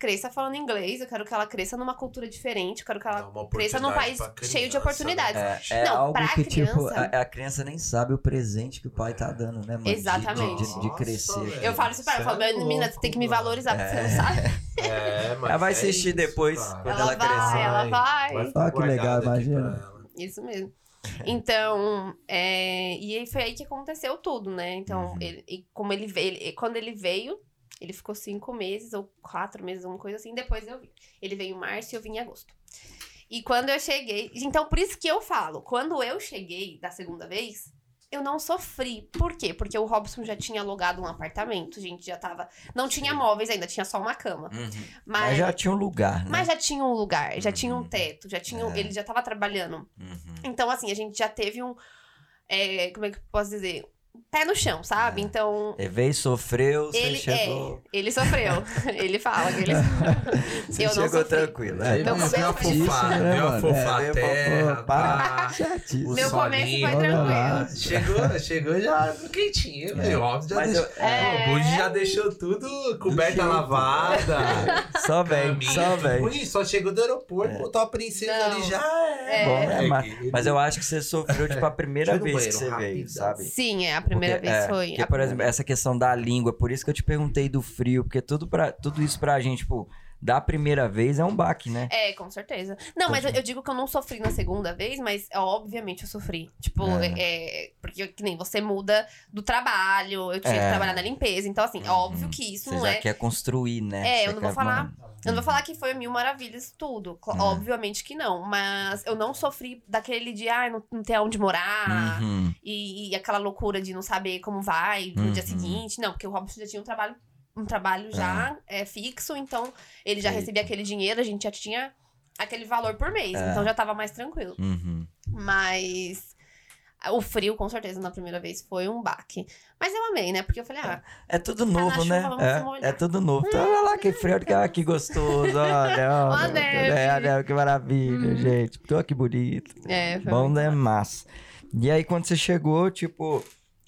S3: cresça falando inglês, eu quero que ela cresça numa cultura diferente, eu quero que ela...
S2: Dá É uma
S3: cresça num
S2: oportunidade
S3: país
S2: pra
S3: cheio de
S2: criança,
S3: oportunidades.
S2: né?
S1: É
S3: Não,
S1: algo
S3: pra
S1: que, tipo,
S3: criança-
S1: a, a criança nem sabe o presente que o pai tá dando, né, mano? De- de-
S3: Exatamente.
S1: De, de crescer.
S2: Nossa,
S3: Eu falo isso pra ela, eu falo,
S2: Cê é
S3: menina, você
S2: louco,
S3: tem que me
S2: mano."
S3: valorizar, porque você
S1: É.
S3: não sabe.
S2: É, mas
S1: Ela vai
S2: é
S1: assistir
S2: isso,
S1: depois,
S2: cara.
S1: quando
S3: Ela
S1: ela crescer.
S3: vai, ela vai.
S2: ficar
S1: Olha que legal,
S2: guardado aqui
S1: imagina.
S2: pra ela.
S3: Isso mesmo. Então, é, e aí foi aí que aconteceu tudo, né? Então,
S1: Uhum.
S3: ele, e como ele veio, ele- quando ele veio, ele ficou cinco meses ou quatro meses, alguma coisa assim. Depois eu vim. Ele veio em março e eu vim em agosto. E quando eu cheguei, então por isso que eu falo, quando eu cheguei da segunda vez, eu não sofri. Por quê? Porque o Robson já tinha alugado um apartamento, gente, já tava, não tinha móveis ainda, tinha só uma cama.
S1: Uhum.
S3: Mas,
S1: Mas já tinha um lugar, né?
S3: mas já tinha um lugar, já tinha um
S1: Uhum.
S3: teto, já tinha,
S1: É.
S3: ele já tava trabalhando.
S1: Uhum.
S3: Então, assim, a gente já teve um. é, como é que eu posso dizer? Pé no chão, sabe?
S1: É.
S3: Então.
S1: Ele veio, sofreu, você
S3: Ele,
S1: chegou.
S3: é, ele sofreu. ele fala que ele sofreu.
S1: Você
S3: eu não
S1: chegou
S3: sofri.
S1: tranquilo.
S2: Aí é
S3: Meu
S1: tá
S2: veio
S3: começo
S2: afofar,
S3: foi
S1: difícil, né,
S2: veio
S1: mano?
S2: afofar
S1: É,
S2: a
S1: veio
S2: terra,
S1: afofar, para.
S2: pá.
S1: Chatíssimo.
S2: O
S3: Meu começo
S2: solinho,
S3: foi
S1: olha lá.
S3: tranquilo.
S2: Chegou, chegou já no quentinho, velho. Óbvio, já
S1: Mas
S2: deixou.
S1: eu-
S3: É.
S2: Pô, O Bugi já deixou tudo coberta
S1: jeito.
S2: lavada.
S1: Só vem,
S2: caminho,
S1: só
S2: tudo
S1: vem. É.
S2: bonitinho. Só chegou do aeroporto, botou a princesa
S3: Não.
S2: ali já. É.
S3: É. Bom,
S1: né,
S2: moleque.
S1: Mas eu acho que você sofreu, tipo, a primeira
S2: Chega no
S1: vez que
S2: banheiro,
S1: você veio,
S2: rapidão.
S1: sabe?
S3: Sim, é, a primeira
S1: Porque,
S3: vez
S1: é,
S3: foi.
S1: porque, por
S3: a primeira-
S1: exemplo, essa questão da língua, por isso que eu te perguntei do frio, porque tudo, pra, tudo isso pra gente, tipo, da primeira vez é um baque, né?
S3: É, com certeza. Não, mas eu, eu digo que eu não sofri na segunda vez, mas ó, obviamente eu sofri. Tipo,
S1: É.
S3: é, é, porque que nem você muda do trabalho, eu tinha
S1: É.
S3: que trabalhar na limpeza. Então, assim, é
S1: Uhum.
S3: óbvio que isso
S1: Você
S3: não
S1: já
S3: é
S1: quer construir, né?
S3: É,
S1: Você
S3: eu não vou
S1: quer-
S3: falar.
S1: mano,
S3: Eu não vou falar que foi mil maravilhas tudo, cl-
S1: É.
S3: obviamente que não, mas eu não sofri daquele dia, ai, não, não ter onde morar,
S1: uhum,
S3: e, e aquela loucura de não saber como vai no dia
S1: Uhum.
S3: seguinte, não, porque o Robson já tinha um trabalho, um trabalho já é, fixo, então ele já
S1: Eita.
S3: recebia aquele dinheiro, a gente já tinha aquele valor por mês,
S1: É.
S3: então já tava mais tranquilo.
S1: uhum.
S3: Mas o frio, com certeza, na primeira vez foi um baque. Mas eu amei, né? Porque eu falei, ah,
S1: É tudo novo,
S3: chuva,
S1: né?
S3: vamos se molhar.
S1: É, é tudo novo. Então, olha lá que frio, olha que gostoso. Olha, olha.
S3: neve.
S1: É, olha, que maravilha,
S3: Hum.
S1: gente. Tô que bonito.
S3: é, foi
S1: Bom,
S3: muito
S1: né?
S3: massa.
S1: Massa. E aí, quando você chegou, tipo,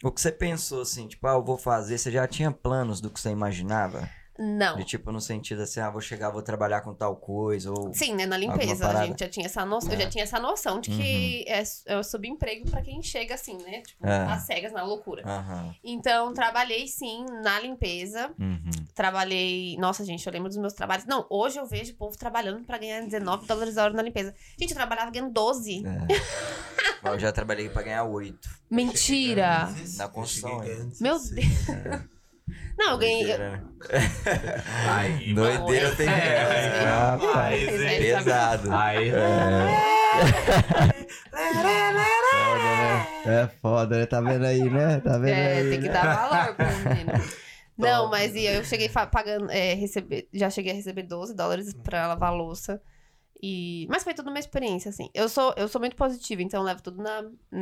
S1: o que você pensou, assim, tipo, ah, eu vou fazer, você já tinha planos do que você imaginava?
S3: Não.
S1: De tipo, no sentido assim, ah, vou chegar, vou trabalhar com tal coisa, ou...
S3: Sim, né? Na
S1: Alguma
S3: limpeza.
S1: parada.
S3: A gente já tinha essa noção. Eu
S1: É. Uhum.
S3: já tinha essa noção de que é, su- é o subemprego pra quem chega assim, né? Tipo,
S1: É.
S3: às cegas, na loucura.
S1: Aham.
S3: Então, trabalhei sim na limpeza.
S1: Uhum.
S3: Trabalhei. Nossa, gente, eu lembro dos meus trabalhos. Não, hoje eu vejo o povo trabalhando pra ganhar 19 dólares a hora na limpeza. Gente, eu trabalhava ganhando 12.
S1: É. Mas eu já trabalhei pra ganhar oito.
S3: Mentira!
S1: né? Na construção, é.
S2: Cheguei antes,
S3: Meu
S2: sim.
S3: Deus! Não, eu ganhei. eu-
S1: Doideira, né?
S2: Aí,
S1: Doideira tem que
S2: É,
S1: Rapaz,
S2: mas
S3: é-
S1: pesado.
S2: Aí,
S1: é.
S2: É.
S5: Foda, né? É foda, né? Tá vendo aí, né? Tá vendo
S3: É,
S5: aí,
S3: tem que
S5: né?
S3: dar valor pro menino. Não, mas
S1: né?
S3: e eu cheguei fa- pagando, é, receber, já cheguei a receber 12 dólares pra lavar a louça. E... Mas foi tudo uma experiência, assim. Eu sou, eu sou muito positiva, então eu levo tudo na.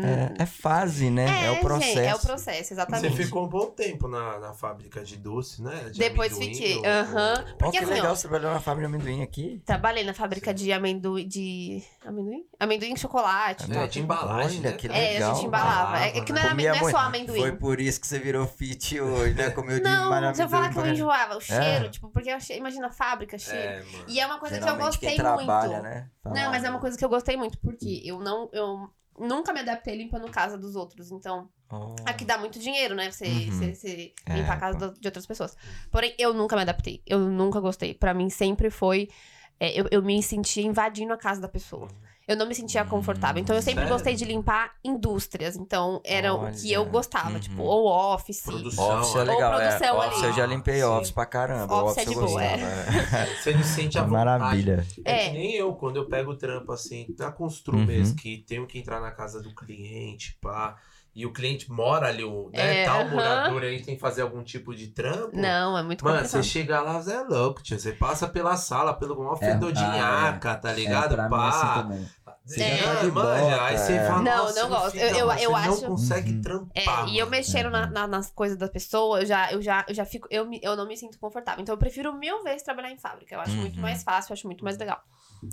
S1: É, é fase, né? É, o processo.
S3: Gente, é o processo,
S2: você
S3: exatamente.
S2: ficou um bom tempo na, na fábrica de doce, né? De
S3: Depois
S2: amendoim,
S3: fiquei.
S2: ou-
S3: Aham.
S2: ou-
S3: Porque
S1: Ó, que
S3: assim,
S1: legal,
S3: ó,
S1: você trabalhou na fábrica de amendoim aqui.
S3: trabalhei na fábrica de amendoim. De. Amendoim? Amendoim com chocolate.
S2: É, de embalagem,
S1: Olha,
S2: né?
S1: que
S3: É, a
S1: legal,
S3: gente embalava. É,
S2: embalava,
S3: é que
S2: né?
S3: não,
S1: Comia
S3: era, amen- não é
S1: muito.
S3: só amendoim.
S1: Foi por isso que você virou fit hoje, né? Comeu demais
S3: Não, se eu falar que eu é
S1: amendoim.
S3: enjoava, o cheiro, tipo, porque eu achei- imagina a fábrica, cheiro.
S2: É, mano.
S3: E é uma coisa que eu
S1: Geralmente
S3: gostei
S1: quem trabalha,
S3: muito.
S1: né?
S3: Não, mas é uma coisa que eu gostei muito, porque eu não. Eu nunca me adaptei limpando casa dos outros. Então, aqui dá muito dinheiro, né? Você,
S1: Uhum.
S3: você- você
S1: É,
S3: limpar a casa do- de outras pessoas. Porém, eu nunca me adaptei. Eu nunca gostei. Pra mim sempre foi. é, eu, eu me sentia invadindo a casa da pessoa. Eu não me sentia confortável. Então, eu sempre
S2: Hum, Sério?
S3: gostei de limpar indústrias. Então, era o que eu
S1: Olha.
S3: gostava.
S1: Uhum.
S3: Tipo, ou office.
S2: Produção.
S1: Office é
S2: olha.
S1: legal, é.
S3: produção
S1: Office
S2: ali.
S1: eu já limpei
S2: Sim.
S1: office pra caramba.
S3: Office é
S1: office eu
S3: de boa,
S1: gostava.
S3: é.
S2: Você não sente a vontade.
S1: Maravilha.
S2: É.
S3: É.
S2: que nem eu, quando eu pego o trampo assim, na constru
S1: Uhum.
S2: mesmo, que tenho que entrar na casa do cliente, pá. E o cliente mora ali, o, né,
S3: É,
S2: tal
S3: aham.
S2: morador, aí tem que fazer algum tipo de trampo.
S3: Não, é muito
S2: Mano, você
S3: complicado.
S2: chega lá, você é louco, tio. Você passa pela sala, pelo maior fedor de
S1: ah,
S2: nhaca, tá ligado?
S1: É, pra mim é assim
S2: Pá.
S1: também.
S2: Você
S3: É.
S2: já tá de
S1: É.
S2: manja, aí você
S1: É.
S2: fala,
S3: Não,
S2: "Nossa,
S3: não
S2: no
S3: gosto.
S2: final
S3: Eu- eu- eu
S2: você
S3: acho-
S2: não consegue
S1: Uhum.
S3: É,
S2: trampar.
S3: e eu
S2: mano.
S3: mexendo na- na- nas coisas da pessoa, eu já, eu já, eu já fico, eu, me- eu não me sinto confortável. Então eu prefiro mil vezes trabalhar em fábrica. Eu acho muito
S1: Uhum.
S3: mais fácil, eu acho muito mais legal.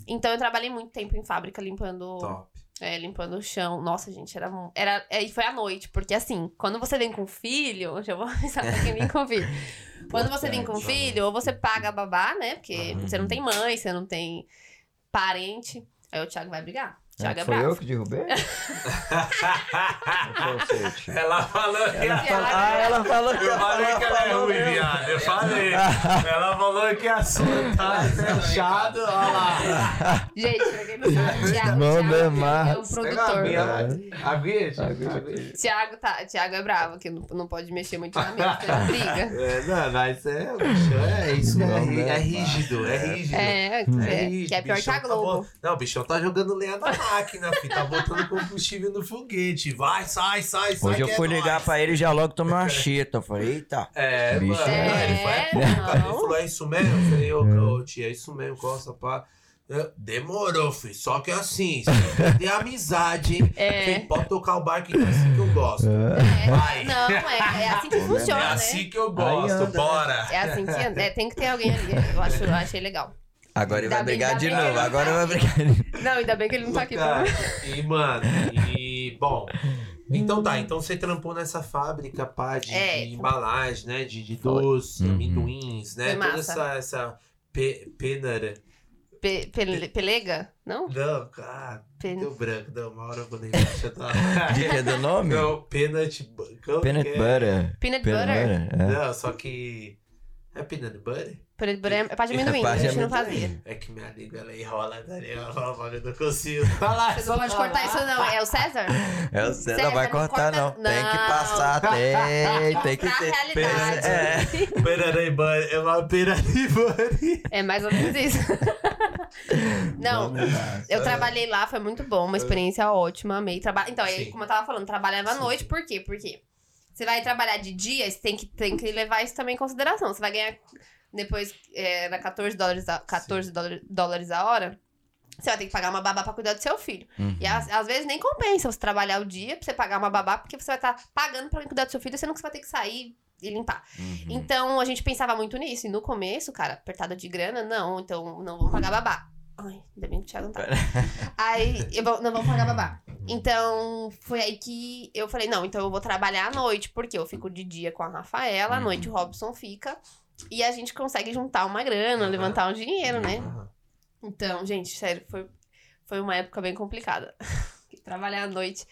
S3: Então eu trabalhei muito tempo em fábrica limpando,
S2: Top.
S3: é, limpando o chão. Nossa, gente, era mu- era é, e foi à noite, porque assim, quando você vem com filho, já vou avisar pra quem vem com filho. Quando você vem com
S2: Importante,
S3: filho, ou você paga a babá, né? Porque
S1: Uhum.
S3: você não tem mãe, você não tem parente. Aí o Thiago vai brigar. Thiago é,
S1: Foi
S3: bravo.
S1: eu que derrubei? Ou foi você, tio?
S2: Ela falou que
S1: Ela
S3: Ela
S1: falou-
S3: é
S1: Ah, ela falou que
S2: Eu falei que ela é ruim, viado. Eu falei. Ela falou que a sua tá fechado, olha lá.
S3: Gente, pra quem não sabe, o Thiago,
S5: Manda
S3: Thiago é o
S5: mais.
S3: produtor.
S2: A bicha.
S3: Thiago, tá, Thiago é bravo, que não, não pode mexer muito na mesa, senão briga.
S2: É, não, mas é, o bichão é isso, é,
S1: Não, né?
S2: é rígido, é rígido.
S3: É,
S2: É
S3: é,
S2: rígido,
S3: que é pior que
S2: bichão
S3: a
S2: tá
S3: Globo.
S2: bot- não, o bichão tá jogando lenha na máquina, filho. Tá botando combustível no foguete. Vai, sai, sai, sai.
S1: Hoje eu
S2: que é
S1: fui ligar
S2: nóis.
S1: pra ele e já logo tomei uma chita. Eu falei, eita.
S2: É,
S1: Bicho,
S2: mano.
S1: né?
S2: Ele falou, é, pô, cara. Ele
S3: não.
S2: falou, é isso mesmo? Eu falei, ô, ô, tia, é isso mesmo, costa, pá. Eu, Demorou, filho. Só que assim, você perder a amizade, hein?
S3: É.
S2: Falei, Pode tocar o barco então, é assim que eu gosto.
S3: É,
S2: Vai.
S3: não, é, é assim que
S2: É
S3: funciona, né?
S2: assim que eu gosto,
S1: Aí anda, né?
S2: bora.
S3: É assim que anda. É, tem que ter alguém ali. Eu, acho, eu achei legal.
S1: Agora ele vai
S3: Ainda bem,
S1: brigar
S3: ainda
S1: de
S3: bem que
S1: novo.
S3: ele
S1: Agora ele
S3: tá
S1: vai brigar de novo.
S3: Não, ainda bem que ele não tá aqui pra
S2: Cara, E, mano, e bom. Então tá, então você trampou nessa fábrica, pá, de,
S3: É.
S2: de embalagem, né? De, de
S3: Foi.
S2: doce,
S1: Uhum.
S2: amendoins, né?
S3: Foi
S2: Toda
S3: massa.
S2: essa, essa pe, penara.
S3: Pe- pele- pelega? Não?
S2: Não, cara,
S3: Pe-
S2: deu branco, não, uma hora eu vou deixar eu tava-
S1: De que é do nome?
S2: tá- Não, peanut, bu- como
S1: Peanut
S2: que é?
S1: butter.
S3: Peanut
S1: Peanut
S3: butter?
S1: butter. é.
S2: Não, só que. É peanut butter?
S3: Peanut butter é- é pá de amendoim,
S1: É pá
S3: a
S1: de
S3: gente não
S1: amendoim.
S3: fazia.
S2: É que minha língua ela enrola, tá ligado? Eu não consigo. Fala,
S3: Você não pode cortar isso, não. É o César?
S1: É, você
S3: César,
S1: não vai
S3: não
S1: cortar,
S3: corta-
S1: não. Tem que
S3: não.
S1: passar, tem. Tem que
S3: Mostrar
S1: ter.
S3: a realidade.
S1: É.
S2: Peanut butter, é uma peanut butter.
S3: É mais ou menos isso. não,
S2: é
S3: eu trabalhei lá, foi muito bom, uma experiência ótima, amei trabalhar. Então, aí,
S2: Sim.
S3: como eu tava falando, trabalhava à
S2: Sim,
S3: noite,
S2: sim.
S3: por quê? Porque você vai trabalhar de dia, você tem que, tem que levar isso também em consideração. Você vai ganhar depois, é, era 14 dólares a, 14 dólar- dólares a hora. Você vai ter que pagar uma babá pra cuidar do seu filho.
S1: Uhum.
S3: E às, às vezes nem compensa você trabalhar o dia pra você pagar uma babá, porque você vai estar pagando pra cuidar do seu filho, sendo que você vai ter que sair e limpar.
S1: Uhum.
S3: Então a gente pensava muito nisso. E no começo, cara, apertada de grana, não, então não vamos pagar babá. Ai, ainda bem que o Thiago não tá. aí, eu vou- não vamos pagar babá.
S2: Uhum.
S3: Então, foi aí que eu falei, não, então eu vou trabalhar à noite, porque eu fico de dia com a Rafaela, à
S2: Uhum.
S3: noite o Robson fica. E a gente consegue juntar uma grana,
S2: Aham.
S3: levantar um dinheiro, né?
S2: Aham.
S3: Então, gente, sério, foi, foi uma época bem complicada. Trabalhar à noite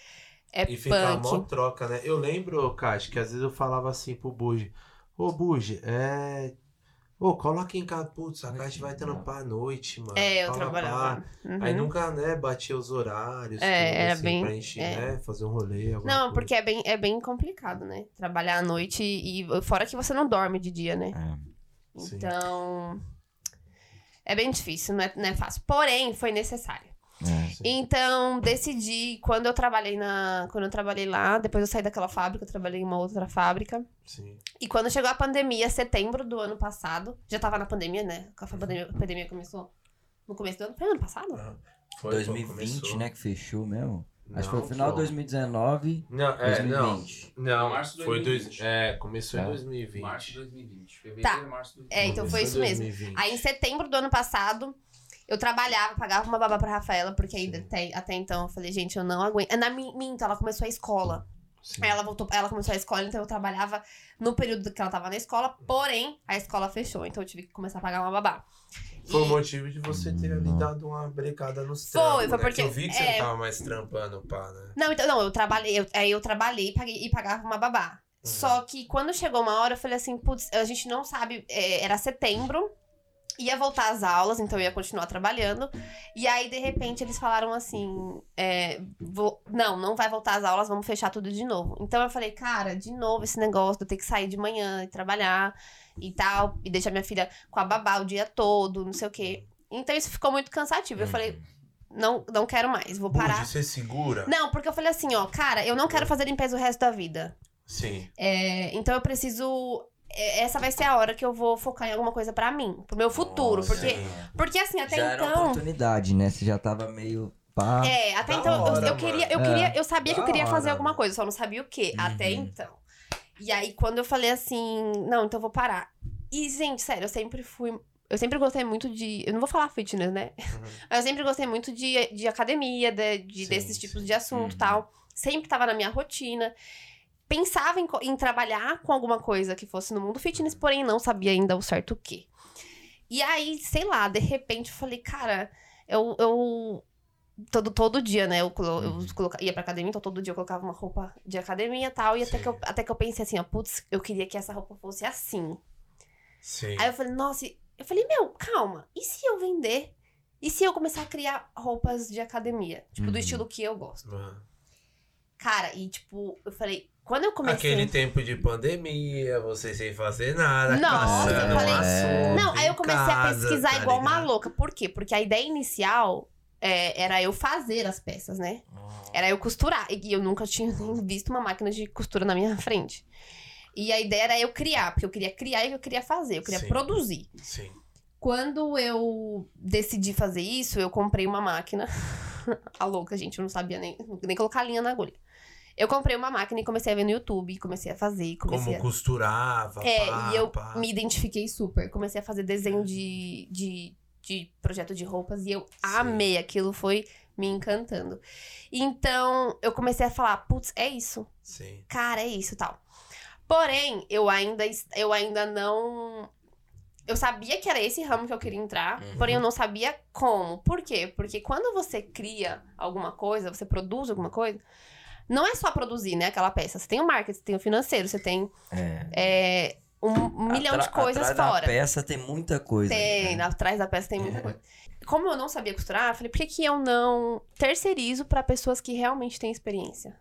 S3: é
S2: E ficar mó
S3: punk.
S2: troca, né? Eu lembro, Cássio, que às vezes eu falava assim pro Buge. Ô, Buge, é... Ô, coloca em casa. Putz, a Caixa vai trampar à noite, mano.
S3: É, eu
S2: Pá, pá.
S3: trabalhava. Uhum.
S2: Aí nunca, né, batia os horários.
S3: É,
S2: tudo,
S3: era
S2: assim,
S3: bem-
S2: Pra encher,
S3: é.
S2: né, fazer um rolê. alguma
S3: Não,
S2: coisa.
S3: porque é bem, é bem complicado, né? Trabalhar à noite e. Fora que você não dorme de dia, né?
S2: É, Sim.
S3: Então. É bem difícil, não é, não é fácil. Porém, foi necessário.
S2: Sim.
S3: Então, decidi, quando eu trabalhei na. Quando eu trabalhei lá, depois eu saí daquela fábrica, eu trabalhei em uma outra fábrica.
S2: Sim.
S3: E quando chegou a pandemia, setembro do ano passado, já tava na pandemia, né? A pandemia, a pandemia começou no começo do ano. Foi ano passado?
S2: Foi quando
S1: 2020,
S2: começou.
S1: né? Que fechou mesmo. Acho que foi
S2: Não,
S1: o final de
S2: pô.
S1: 2019,
S2: Não, é, não.
S1: 2020.
S2: Não,
S6: Março de
S2: foi dois,
S6: 2020.
S2: é, começou em
S1: Tá.
S2: 2020.
S6: Março de 2020. Fevereiro,
S3: Tá.
S6: março de 2020.
S3: É, então foi isso mesmo. Aí em setembro do ano passado, eu trabalhava, pagava uma babá pra Rafaela, porque ainda até, até então eu falei, gente, eu não aguento. Na mi- minto, ela começou a escola. Aí ela voltou, ela começou a escola, então eu trabalhava no período que ela tava na escola, porém a escola fechou, então eu tive que começar a pagar uma babá.
S2: Foi um o
S3: E-
S2: motivo de você ter
S1: Hum.
S2: ali dado uma brecada nos
S3: Foi,
S2: trampos,
S3: foi
S2: né?
S3: porque-
S2: Que eu vi que você
S3: é.
S2: não tava mais trampando, pá, né?
S3: Não, então, não, eu trabalhei, eu, aí eu trabalhei e paguei- e pagava uma babá.
S2: Uhum.
S3: Só que quando chegou uma hora, eu falei assim, putz, a gente não sabe, é, era setembro, ia voltar às aulas, então eu ia continuar trabalhando. E aí, de repente, eles falaram assim, é, vou- não, não vai voltar às aulas, vamos fechar tudo de novo. Então eu falei, cara, de novo esse negócio, de eu ter que sair de manhã e trabalhar e tal, e deixar minha filha com a babá o dia todo, não sei o quê. Então isso ficou muito cansativo. Eu falei, não, não quero mais, vou parar.
S2: Bud, você segura?
S3: Não, porque eu falei assim, ó, cara, eu não quero fazer limpeza o resto da vida.
S2: Sim.
S3: É, então eu preciso. é, Essa vai ser a hora que eu vou focar em alguma coisa pra mim, pro meu futuro.
S1: Nossa,
S3: porque,
S2: Sim.
S3: porque assim, até
S1: Já era uma
S3: então.
S1: oportunidade, né? Você já tava meio pá.
S3: É, até
S2: Da
S3: então eu-
S2: hora,
S3: eu, queria, eu
S1: mano. É,
S3: queria, eu sabia que eu
S1: Da
S3: queria fazer
S1: hora,
S3: alguma
S1: mano.
S3: coisa, só não sabia o quê,
S1: Uhum.
S3: até então. E aí quando eu falei assim, não, então eu vou parar. E gente, sério, eu sempre fui, eu sempre gostei muito de, eu não vou falar fitness, né?
S1: Uhum.
S3: Mas eu sempre gostei muito de, de academia, de, de-
S2: Sim,
S3: desses
S2: sim.
S3: tipos de assunto e
S1: Uhum.
S3: tal. Sempre tava na minha rotina. Pensava em, co- em trabalhar com alguma coisa que fosse no mundo
S1: Uhum.
S3: fitness, porém não sabia ainda o certo o quê. E aí, sei lá, de repente eu falei, cara, eu. eu- todo, todo dia, né? Eu, colo- eu
S2: Uhum.
S3: coloca- ia pra academia, então todo dia eu colocava uma roupa de academia e tal. E até
S2: Sim.
S3: que, eu, até que eu pensei assim, ó, putz, eu queria que essa roupa fosse assim.
S2: Sim.
S3: Aí eu falei, nossa, e- eu falei, meu, calma, e se eu vender? E se eu começar a criar roupas de academia? Tipo, do
S1: Uhum.
S3: estilo que eu gosto.
S2: Mano.
S3: Cara, e tipo, eu falei, quando eu comecei.
S2: Aquele tempo de pandemia, você sem fazer nada,
S3: Nossa, eu
S2: caçando um
S3: falei-
S2: assunto
S3: Não, aí eu
S2: em
S3: comecei a
S2: casa,
S3: pesquisar
S2: tá
S3: igual uma
S2: ligado?
S3: louca. Por quê? Porque a ideia inicial é, era eu fazer as peças, né? Era eu costurar. E eu nunca tinha nem visto uma máquina de costura na minha frente. E a ideia era eu criar, porque eu queria criar e eu queria fazer, eu queria
S2: Sim.
S3: produzir.
S2: Sim.
S3: Quando eu decidi fazer isso, eu comprei uma máquina. a louca, gente, eu não sabia nem, nem colocar a linha na agulha. Eu comprei uma máquina e comecei a ver no YouTube, comecei a fazer, comecei
S2: Como
S3: a...
S2: costurava,
S3: É,
S2: pá,
S3: e eu
S2: pá.
S3: me identifiquei super. Comecei a fazer desenho de, de, de projeto de roupas e eu amei. Aquilo foi me encantando. Então, eu comecei a falar, putz, é isso
S2: Sim.
S3: cara, é isso tal. Porém, eu ainda, es- eu ainda não. Eu sabia que era esse ramo que eu queria entrar,
S2: Uhum.
S3: porém eu não sabia como. Por quê? Porque quando você cria alguma coisa, você produz alguma coisa, não é só produzir, né, aquela peça. Você tem o marketing, você tem o financeiro, você tem
S1: É.
S3: é, um milhão
S1: Atra-
S3: de coisas
S1: atrás da
S3: fora.
S1: peça tem muita coisa.
S3: Tem,
S1: né?
S3: atrás da peça tem muita
S1: É.
S3: coisa. Como eu não sabia costurar, eu falei, por que, que eu não terceirizo pra pessoas que realmente têm experiência?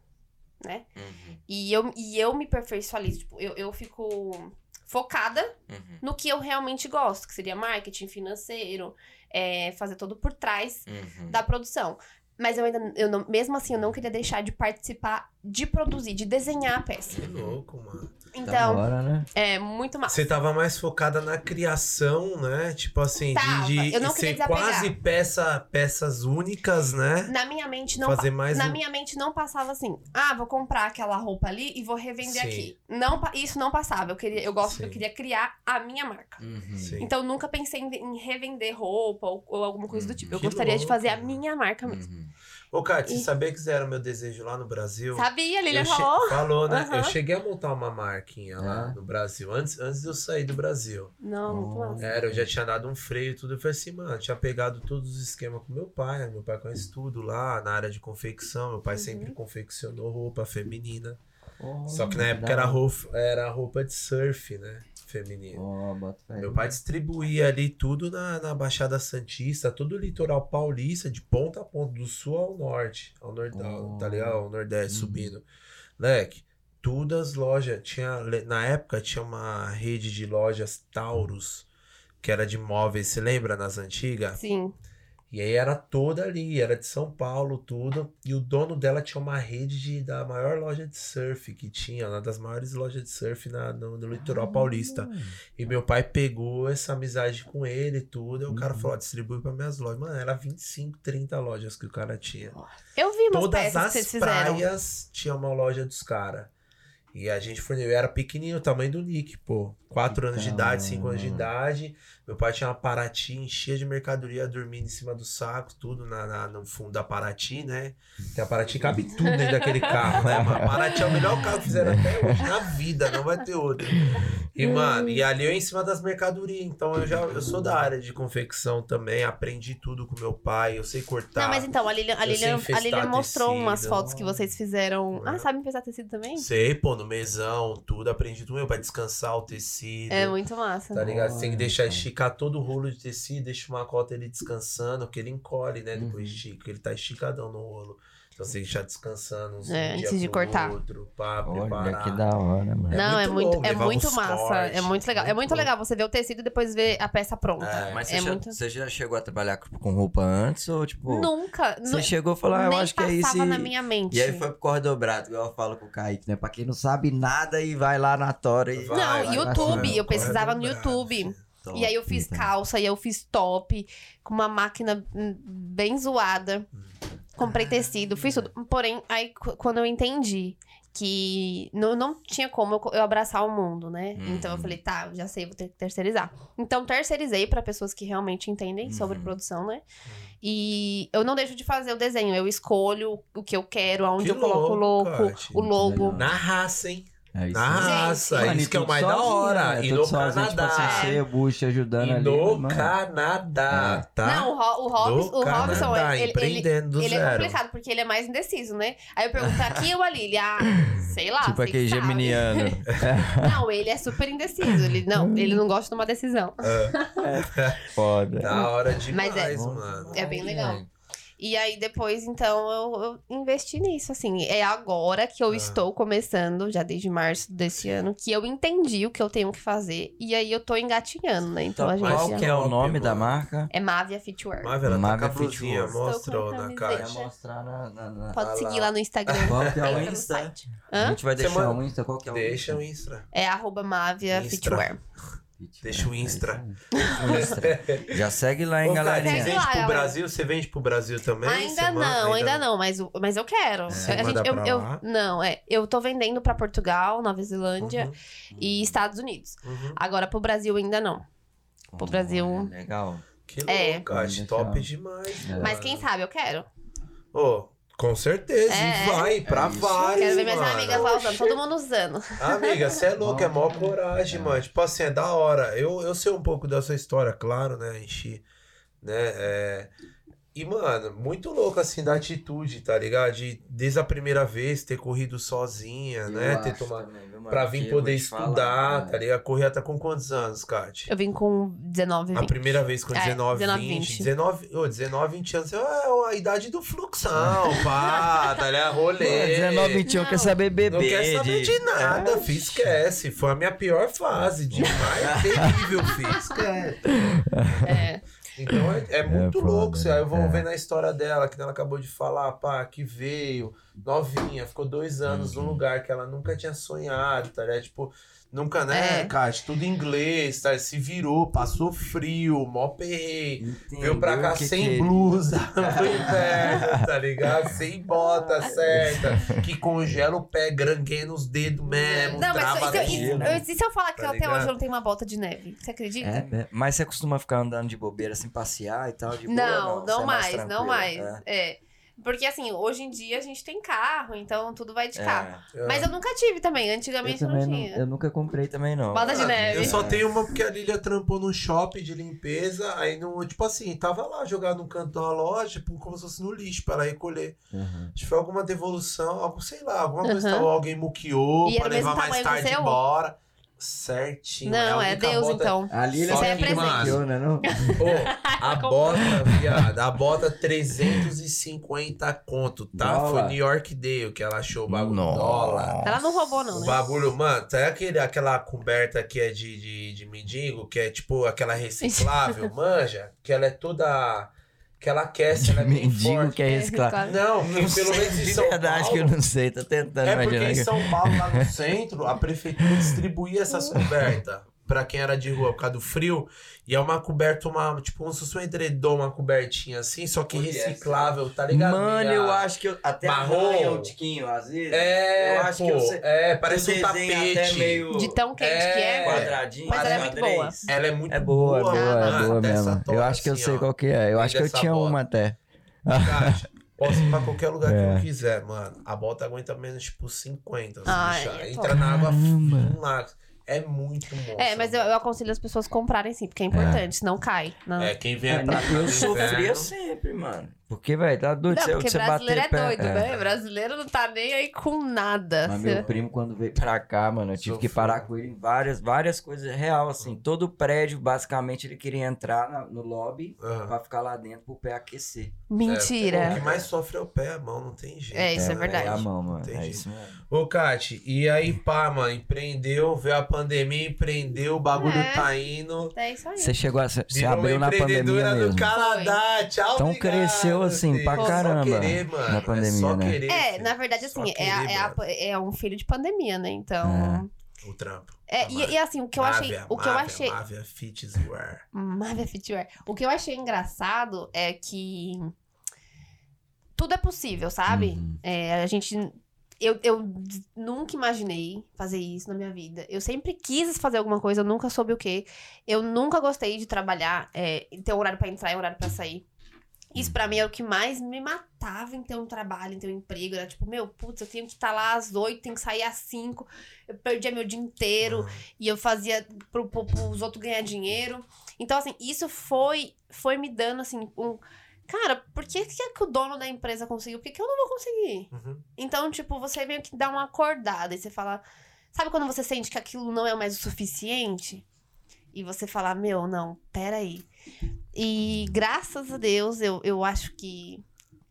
S3: Né?
S2: Uhum,
S3: E, eu, e eu me perfeiçoalizo, tipo, eu, eu fico focada
S2: uhum,
S3: no que eu realmente gosto, que seria marketing financeiro, é, fazer tudo por trás
S2: uhum.
S3: da produção. Mas eu ainda, eu não- mesmo assim, eu não queria deixar de participar, de produzir, de desenhar a peça.
S2: Que louco, mano.
S1: Da
S3: Então,
S1: hora, né?
S3: é muito massa.
S2: Você tava mais focada na criação, né? Tipo assim, de-
S3: Tava.
S2: de,
S3: Eu não queria
S2: ser
S3: desapegar.
S2: quase peça, peças únicas, né?
S3: Na minha mente não
S2: Fazer mais
S3: Na
S2: um-
S3: minha mente não passava assim, ah, vou comprar aquela roupa ali e vou revender
S2: Sim.
S3: aqui. Não, pa- isso não passava. Eu queria, eu gosto,
S2: Sim.
S3: eu queria criar a minha marca.
S2: Sim.
S3: Então eu nunca pensei em, em revender roupa ou, ou alguma coisa do tipo. Eu
S2: Hum, Que
S3: gostaria de
S2: louco,
S3: fazer a
S2: mano. Hum,
S3: minha marca mesmo.
S2: Ô, Kátia,
S3: E-
S2: você sabia que zero meu desejo lá no Brasil?
S3: Sabia, a Lilian
S2: Eu che-
S3: falou.
S2: Falou, né?
S3: Aham.
S2: Eu cheguei a montar uma marquinha lá
S1: É.
S2: no Brasil, antes, antes de eu sair do Brasil.
S3: "Oh, Não, muito
S1: Olha.
S3: massa.
S2: Era, eu já tinha dado um freio e tudo. Eu falei assim, mano, eu tinha pegado todos os esquemas com meu pai. né? Meu pai conhece tudo lá na área de confecção. Meu pai sempre
S1: Uhum.
S2: confeccionou roupa feminina. Só que na época era roupa, era roupa de surf, né? feminino.
S1: Ó, bota fé.
S2: Meu pai distribuía ali tudo na, na Baixada Santista, todo o litoral paulista, de ponta a ponta, do sul ao norte, ao nordão,
S1: Oh.
S2: tá ligado? Ao nordeste,
S1: Uhum.
S2: subindo. Leque, todas as lojas, tinha, le- na época tinha uma rede de lojas Taurus, que era de móveis, se lembra, nas antigas?
S3: Sim.
S2: E aí era toda ali, era de São Paulo, tudo. E o dono dela tinha uma rede de- da maior loja de surf que tinha, uma das maiores lojas de surf na, no, no litoral paulista. E meu pai pegou essa amizade com ele e tudo. E o cara falou: ó, distribui pra minhas lojas. Mano, era 25, 30 lojas que o cara tinha.
S3: Eu vi umas
S2: Todas
S3: peças que
S2: as
S3: vocês fizeram.
S2: praias tinha uma loja dos caras. E a gente forneceu, eu era pequenininho, o tamanho do Nick, pô. Quatro anos de
S1: da
S2: idade, cinco anos de
S1: hora.
S2: idade. Meu pai tinha uma Paraty, enchia de mercadoria, dormindo em cima do saco, tudo na, na- no fundo da Paraty, né? Que a Paraty cabe tudo dentro daquele carro, né? mano? A Paraty é o melhor carro que fizeram até hoje na vida, não vai ter outro. E, mano, e ali eu em cima das mercadorias. Então eu já eu sou da área de confecção também, aprendi tudo com meu pai, eu sei cortar.
S3: Não, mas então, a Lilian, a
S2: tá, Eu sei
S3: Lilian, a
S2: infestar
S3: Lilian mostrou
S2: tecido.
S3: umas fotos que vocês fizeram. Ah,
S2: É.
S3: sabe pesar tecido também?
S2: Sei, pô, no mesão, tudo. Aprendi do meu pra descansar o tecido.
S3: É muito massa.
S2: Tá ligado? Você tem que
S1: Olha,
S2: deixar
S1: cara.
S2: esticar todo o rolo de tecido, deixa uma cota ele descansando, que ele encolhe, né? Depois
S1: Uhum.
S2: estica, porque ele tá esticadão no rolo. Então você tem que deixar descansando uns
S3: É,
S2: um dia
S3: antes de
S2: pro
S3: cortar.
S2: Outro, pá,
S1: Olha
S2: preparar.
S1: que da hora, mano.
S2: É
S3: não, é
S2: muito
S3: muito,
S2: bom,
S3: é
S2: levar
S3: muito
S2: uns
S3: massa.
S2: cortes,
S3: é muito legal. É
S2: muito
S3: muito
S2: bom.
S3: legal você ver o tecido e depois ver a peça pronta.
S2: É.
S1: Mas você,
S3: É
S1: já,
S3: muito-
S1: você já chegou a trabalhar com com roupa antes ou tipo.
S3: Nunca.
S1: Você
S3: nu-
S1: chegou e falou, ah, eu
S3: nem
S1: acho que é
S3: passava
S1: isso.
S3: na
S1: E...
S3: minha mente.
S1: e aí foi pro corre dobrado, igual eu falo com o Kaique, né? Pra quem não sabe nada e vai lá na Tora e.
S2: Vai,
S3: não,
S2: vai,
S3: YouTube.
S2: vai, vai,
S3: eu pesquisava
S2: vai,
S3: no
S2: vai.
S3: YouTube.
S1: Top,
S3: E aí eu fiz
S1: então.
S3: calça, e eu fiz top, com uma máquina hum, bem zoada. Comprei tecido, fiz tudo. Porém, aí qu- quando eu entendi que não, não tinha como eu, co- eu abraçar o mundo, né?
S1: Uhum.
S3: Então eu falei, tá, já sei, vou ter que terceirizar. Então terceirizei pra pessoas que realmente entendem sobre
S1: Uhum.
S3: produção, né? E eu não deixo de fazer o desenho, eu escolho o que eu quero, aonde
S2: Que
S3: eu coloco
S2: louco,
S3: o louco,
S2: Kate.
S3: o logo.
S2: Na raça, hein?
S1: É isso
S2: Na
S1: aí.
S2: raça.
S1: Mano,
S2: isso que é o
S1: tudo
S2: mais da
S1: sozinho,
S2: hora.
S1: né?
S2: E
S1: Tudo
S2: no
S1: sozinho,
S2: Canadá.
S1: Tipo assim, você e o Bush ajudando
S2: E
S1: ali. né?
S2: no
S1: mano. é.
S2: Canadá, tá?
S3: Não, o, Ro- o Robson,
S2: No
S3: o Robson
S2: Canadá,
S3: ele- ele,
S2: empreendendo do
S3: Ele é
S2: zero.
S3: complicado, porque ele é mais indeciso, né? Aí eu pergunto, aqui ou ali? Ele, ah, sei lá.
S1: Tipo
S3: você que
S1: aquele
S3: sabe.
S1: geminiano.
S3: Não, ele é super indeciso. Ele não, ele não gosta de tomar decisão.
S1: Foda.
S2: Da hora
S3: Mas
S2: demais,
S3: é-
S2: mano.
S3: É bem legal. E aí depois, então, eu, eu investi nisso, assim. É agora que eu
S2: Ah.
S3: estou começando, já desde março desse ano, que eu entendi o que eu tenho que fazer. E aí eu tô engatinhando, né? Então a
S1: Então,
S3: gente
S2: mas
S1: qual
S3: já-
S1: que é o
S2: Top,
S1: nome
S2: mano.
S1: da marca?
S3: é Mávia Fitwear.
S2: Marvel, ela tá
S1: Marvel é
S2: com a blusinha,
S1: Fitchworks.
S2: mostra
S3: Estou com a
S2: na
S3: camiseta. um
S2: caixa.
S1: mostrar na. na- na-
S3: Pode
S2: Ah
S3: seguir
S2: lá.
S3: lá no Instagram.
S1: Qual que é o
S3: entra no
S1: Insta?
S3: site.
S1: A
S3: Hã?
S1: gente vai
S2: Você
S1: deixar é
S2: manda-
S1: o Insta. Qual que é o
S2: Deixa né? o
S1: Insta?
S2: Insta.
S3: É arroba Mávia
S2: Instra.
S3: Fitwear.
S2: Deixa o Insta.
S1: né? O Insta. Já segue lá, hein,
S2: Ô, cara,
S1: galerinha.
S2: Você
S3: Segue lá,
S2: vende pro
S3: ela.
S2: Brasil? Você vende pro Brasil também? Você
S3: Ainda
S2: manda-
S3: não, ainda não, mas, o- mas eu quero.
S2: Você
S3: a
S2: É, manda
S3: gente, eu,
S2: pra
S3: eu-
S2: lá?
S3: não, é. Eu tô vendendo pra Portugal, Nova Zelândia
S2: Uhum,
S3: e Estados Unidos.
S2: uhum.
S3: Agora pro Brasil ainda não. pro Brasil.
S1: Olha, Legal.
S2: Que
S3: É.
S2: louco, acho
S1: Deixa
S2: top
S1: eu-
S2: demais.
S1: É.
S3: Mas quem sabe eu quero.
S2: Ô, com certeza,
S3: É,
S2: e vai pra
S1: isso.
S2: vários,
S3: Quero ver minhas
S2: mano.
S3: amigas lá usando, todo mundo usando.
S2: Amiga, você é louca, é mó coragem,
S1: É.
S2: mano. Tipo assim, é da hora. Eu, eu sei um pouco da sua história, claro, né? Enchi, né? É... E, mano, muito louco, assim, da atitude, tá ligado? De, desde a primeira vez, ter corrido sozinha, né? Ter tomado... Pra vir poder estudar,
S1: né?
S2: tá ligado? Correr até com quantos anos, Kate?
S3: Eu vim com 19,
S2: A
S3: 20.
S2: primeira vez com
S3: É,
S2: 19,
S3: 19,
S2: 20.
S3: 20.
S2: 19, ô, 19, 20 anos, é a idade do fluxão, pá, tá ligado? Rolê.
S1: 19, 21,
S3: Não.
S1: é quer saber beber.
S2: Não quer saber de, nada,
S1: É.
S2: fi, esquece. Foi a minha pior fase, demais terrível, fi, esquece.
S3: É.
S2: Então é, é muito
S1: foda,
S2: louco, se- aí eu vou
S1: é.
S2: vendo a história dela, que ela acabou de falar, pá, que veio, novinha, ficou dois anos num lugar que ela nunca tinha sonhado, tá ligado? Tipo, nunca, né,
S3: É.
S2: cara, tudo em inglês, tá? se virou, passou frio, mó perrei.
S1: Entendeu
S2: Veio pra cá
S1: o que
S2: sem
S1: que- é?
S2: blusa no inverno, tá ligado? Sem bota
S3: Ah.
S2: certa, que congela o pé, grangueia os dedos mesmo,
S3: Não,
S2: É, trava
S3: mas é se,
S2: tudo.
S3: eu,
S1: né?
S3: e se eu falar que
S2: Tá
S3: até
S2: ligado?
S3: hoje eu não tenho uma bota de neve? Você acredita?
S1: É, é. Mas você costuma ficar andando de bobeira, assim, passear e tal, de boa,
S3: Não, não,
S1: Você é
S3: mais, não
S1: tranquila,
S3: mais.
S1: é?
S3: É. Porque assim, hoje em dia a gente tem carro, então tudo vai de
S1: É.
S3: carro.
S2: É.
S3: Mas eu nunca tive também,
S1: Eu,
S3: antigamente não
S1: também
S3: tinha.
S1: não, eu nunca comprei também, não.
S3: Bota de neve.
S2: Ah, Eu só tenho uma porque a Lilia trampou num shopping de limpeza, aí no, tipo assim, tava lá jogado no canto da loja, tipo, como se fosse no lixo pra ela recolher.
S1: Uhum.
S2: Acho que foi alguma devolução, algo, sei lá, alguma coisa,
S3: Uhum.
S2: tal, alguém muqueou
S3: E
S2: pra
S3: era o mesmo
S2: levar mais
S3: tamanho do
S2: tarde
S3: seu?
S2: embora. certinho.
S3: Não,
S2: a
S3: é
S2: única
S3: Deus,
S2: bota-
S3: então.
S5: A Lilian
S3: Isso
S5: que
S3: é presente.
S5: maquiou, né, não?
S2: Ô, a
S3: Comprou.
S2: bota, viado, a bota 350 conto, tá?
S5: Dólar.
S2: Foi New York Dale que ela achou o
S1: é
S2: bagulho.
S4: Nossa.
S2: Dólar.
S3: Ela não roubou, não,
S2: O
S3: né?
S2: bagulho, mano, sabe aquele, aquela coberta que é de, de, de mendigo, que é tipo aquela reciclável, manja? Que ela é toda. que ela aquece, ela é bem
S1: Mendigo
S2: forte.
S1: que é reciclado.
S3: reciclável.
S2: Não, que pelo menos em
S1: de
S2: São
S1: verdade
S2: Paulo.
S1: que eu não sei, tô tentando
S2: É porque
S1: imaginar.
S2: em
S1: que-
S2: São Paulo, lá no centro, a prefeitura distribuía essas cobertas pra quem era de rua por causa do frio. E é uma coberta, uma, tipo, um sussu edredom, uma cobertinha assim, só que reciclável, tá ligado?
S1: Mano,
S2: E a-
S1: eu acho que eu, até
S2: Marrom.
S1: arranha o um tiquinho, às vezes.
S2: É,
S1: eu acho
S2: pô,
S1: que eu sei-
S2: é, parece
S1: O
S2: um
S1: desenho
S2: tapete.
S1: Até meio
S3: De tão quente
S2: É.
S3: que é.
S1: quadradinho.
S3: Mas ela é muito boa.
S1: quadradinho.
S2: Ela é muito
S1: É boa, é boa, é
S2: mano,
S1: boa
S2: dessa
S1: mesmo. Eu
S2: torre,
S1: acho que eu
S2: assim,
S1: sei
S2: ó.
S1: qual que é. Eu
S2: Tem
S1: acho que eu
S2: dessa
S1: tinha
S2: bota.
S1: uma até.
S2: Caixa. Posso ir pra qualquer lugar que
S1: É.
S2: eu quiser, mano. A bota aguenta menos, tipo, 50. se
S3: Ai,
S2: deixar.
S3: é
S2: Entra
S3: top.
S2: na água,
S1: Caramba.
S2: um lago. É muito monstro.
S3: É, mas eu, eu aconselho as pessoas comprarem sim, porque é importante, não cai. Não.
S2: É, quem vem atrás
S1: Eu assim.
S2: do
S1: sofria
S2: inverno-
S1: sempre, mano. Porque, velho, tá doido.
S3: Não,
S1: você,
S3: porque
S1: você
S3: brasileiro é
S1: bater pé-
S3: doido, né? Brasileiro não tá nem aí com nada.
S1: Mas
S3: Cê-
S1: meu primo, quando veio pra cá, mano, eu tive que
S2: Sofreu.
S1: parar com ele em várias, várias coisas. Real, assim, todo prédio, basicamente, ele queria entrar na- no lobby
S2: Aham.
S1: pra ficar lá dentro pro pé aquecer.
S2: O
S3: Mentira.
S2: que mais sofre é o pé, a mão, não tem jeito.
S3: É, isso é
S2: né?
S3: verdade.
S1: É a mão, mano. É
S2: Entendi.
S1: isso mesmo.
S2: Ô, Kati, e aí, pá, mano, empreendeu, veio a pandemia, empreendeu, o bagulho
S3: É.
S2: tá indo.
S3: É, isso aí.
S1: Você chegou a. Você
S2: Virou
S1: abriu
S2: uma
S1: na pandemia
S2: empreendedora do
S1: mesmo.
S2: Canadá, tchau,
S1: Então
S2: obrigado,
S1: cresceu, assim,
S2: filho.
S1: pra
S2: É só
S1: caramba,
S2: querer, mano,
S1: na
S2: é só
S1: pandemia, né?
S2: querer,
S3: É,
S2: filho.
S3: na verdade,
S2: Só
S3: assim, é, a-
S2: querer,
S3: é a-
S2: mano,
S3: é um filho de pandemia, né? Então.
S2: O trampo.
S3: É, e, e assim, o que eu achei.
S2: Mávia,
S3: O que eu
S2: Mávia,
S3: achei.
S2: Mávia Fitzwear.
S3: Marvel Fitwear. O que eu achei engraçado é que tudo é possível, sabe?
S1: Uhum.
S3: É, a gente. Eu, eu nunca imaginei fazer isso na minha vida. Eu sempre quis fazer alguma coisa, eu nunca soube o quê. Eu nunca gostei de trabalhar, é, ter um horário pra entrar e um horário pra sair. Isso pra mim é o que mais me matava em ter um trabalho, em ter um emprego. Era tipo, meu, putz, eu tenho que estar lá às oito, tenho que sair às cinco. Eu perdia meu dia inteiro e eu fazia pro, pro, pros outros ganhar dinheiro. Então, assim, isso foi, foi me dando, assim, um... Cara, por que, que, é que o dono da empresa conseguiu? Por que, que eu não vou conseguir?
S2: Uhum.
S3: Então, tipo, você meio que dá uma acordada e você fala... Sabe quando você sente que aquilo não é mais o suficiente? E você fala, meu, não, peraí. E graças a Deus, eu, eu acho que...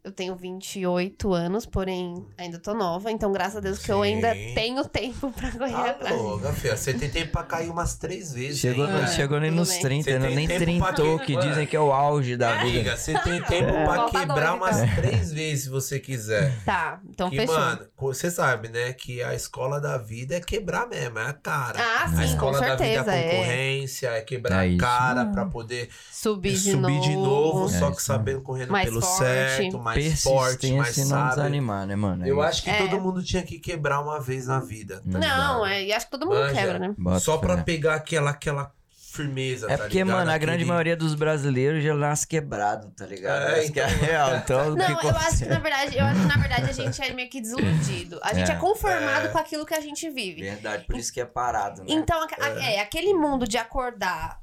S3: Eu tenho 28 anos, porém ainda tô nova. Então, graças a Deus que eu ainda
S2: Sim.
S3: tenho tempo pra correr
S2: Tá
S3: atrás.
S2: louca, filha. Você tem tempo pra cair umas três vezes.
S1: Chegou,
S2: hein,
S1: não
S3: um
S2: mano?
S1: chegou nem
S3: tudo
S1: nos
S3: bem.
S1: 30,
S2: Você
S1: não,
S2: tem
S1: nem
S2: tempo
S1: 30
S2: pra quê,
S1: que
S2: mano?
S1: dizem que é o auge da vida.
S2: Amiga, você tem tempo pra
S3: Falta
S2: quebrar
S3: Ah, é. dois,
S2: umas
S3: então.
S2: três vezes se você quiser.
S3: Tá, então
S2: E,
S3: fechou.
S2: mano, você sabe, né? Que a escola da vida é quebrar mesmo, é a cara.
S3: Ah,
S2: a
S3: sim, com
S2: escola da
S3: certeza.
S2: vida é a
S3: é. Ah.
S2: concorrência, é, quebrar
S1: É
S2: a
S1: isso
S2: cara pra poder
S3: Subir, de,
S2: subir
S3: novo.
S2: de novo,
S1: É
S2: só
S1: isso
S2: que sabendo correndo
S3: Mais
S2: pelo
S3: forte.
S2: certo, mais forte, mais
S1: Persistência e não
S2: sábio.
S1: desanimar, né, mano? É
S2: Eu
S1: isso.
S2: acho que
S3: É.
S2: todo mundo tinha que quebrar uma vez na vida. tá ligado?
S3: Não, é, e acho que todo mundo
S2: Manja.
S3: quebra, né?
S1: Bota
S2: Só pra
S1: fé.
S2: pegar aquela, aquela firmeza,
S1: É
S2: tá
S1: porque,
S2: ligado?
S1: mano, a grande
S2: Aquele-
S1: maioria dos brasileiros já nasce quebrado, tá ligado?
S2: É,
S1: É, que é real. Então, o
S3: Não,
S1: que
S3: eu acho que
S1: acontece-
S3: na verdade, eu acho que na verdade a gente é meio que desiludido. A gente é,
S1: É.
S3: conformado
S2: É.
S3: com aquilo que a gente vive.
S1: Verdade, por isso que é parado, né?
S3: Então, a- a- é, aquele mundo de acordar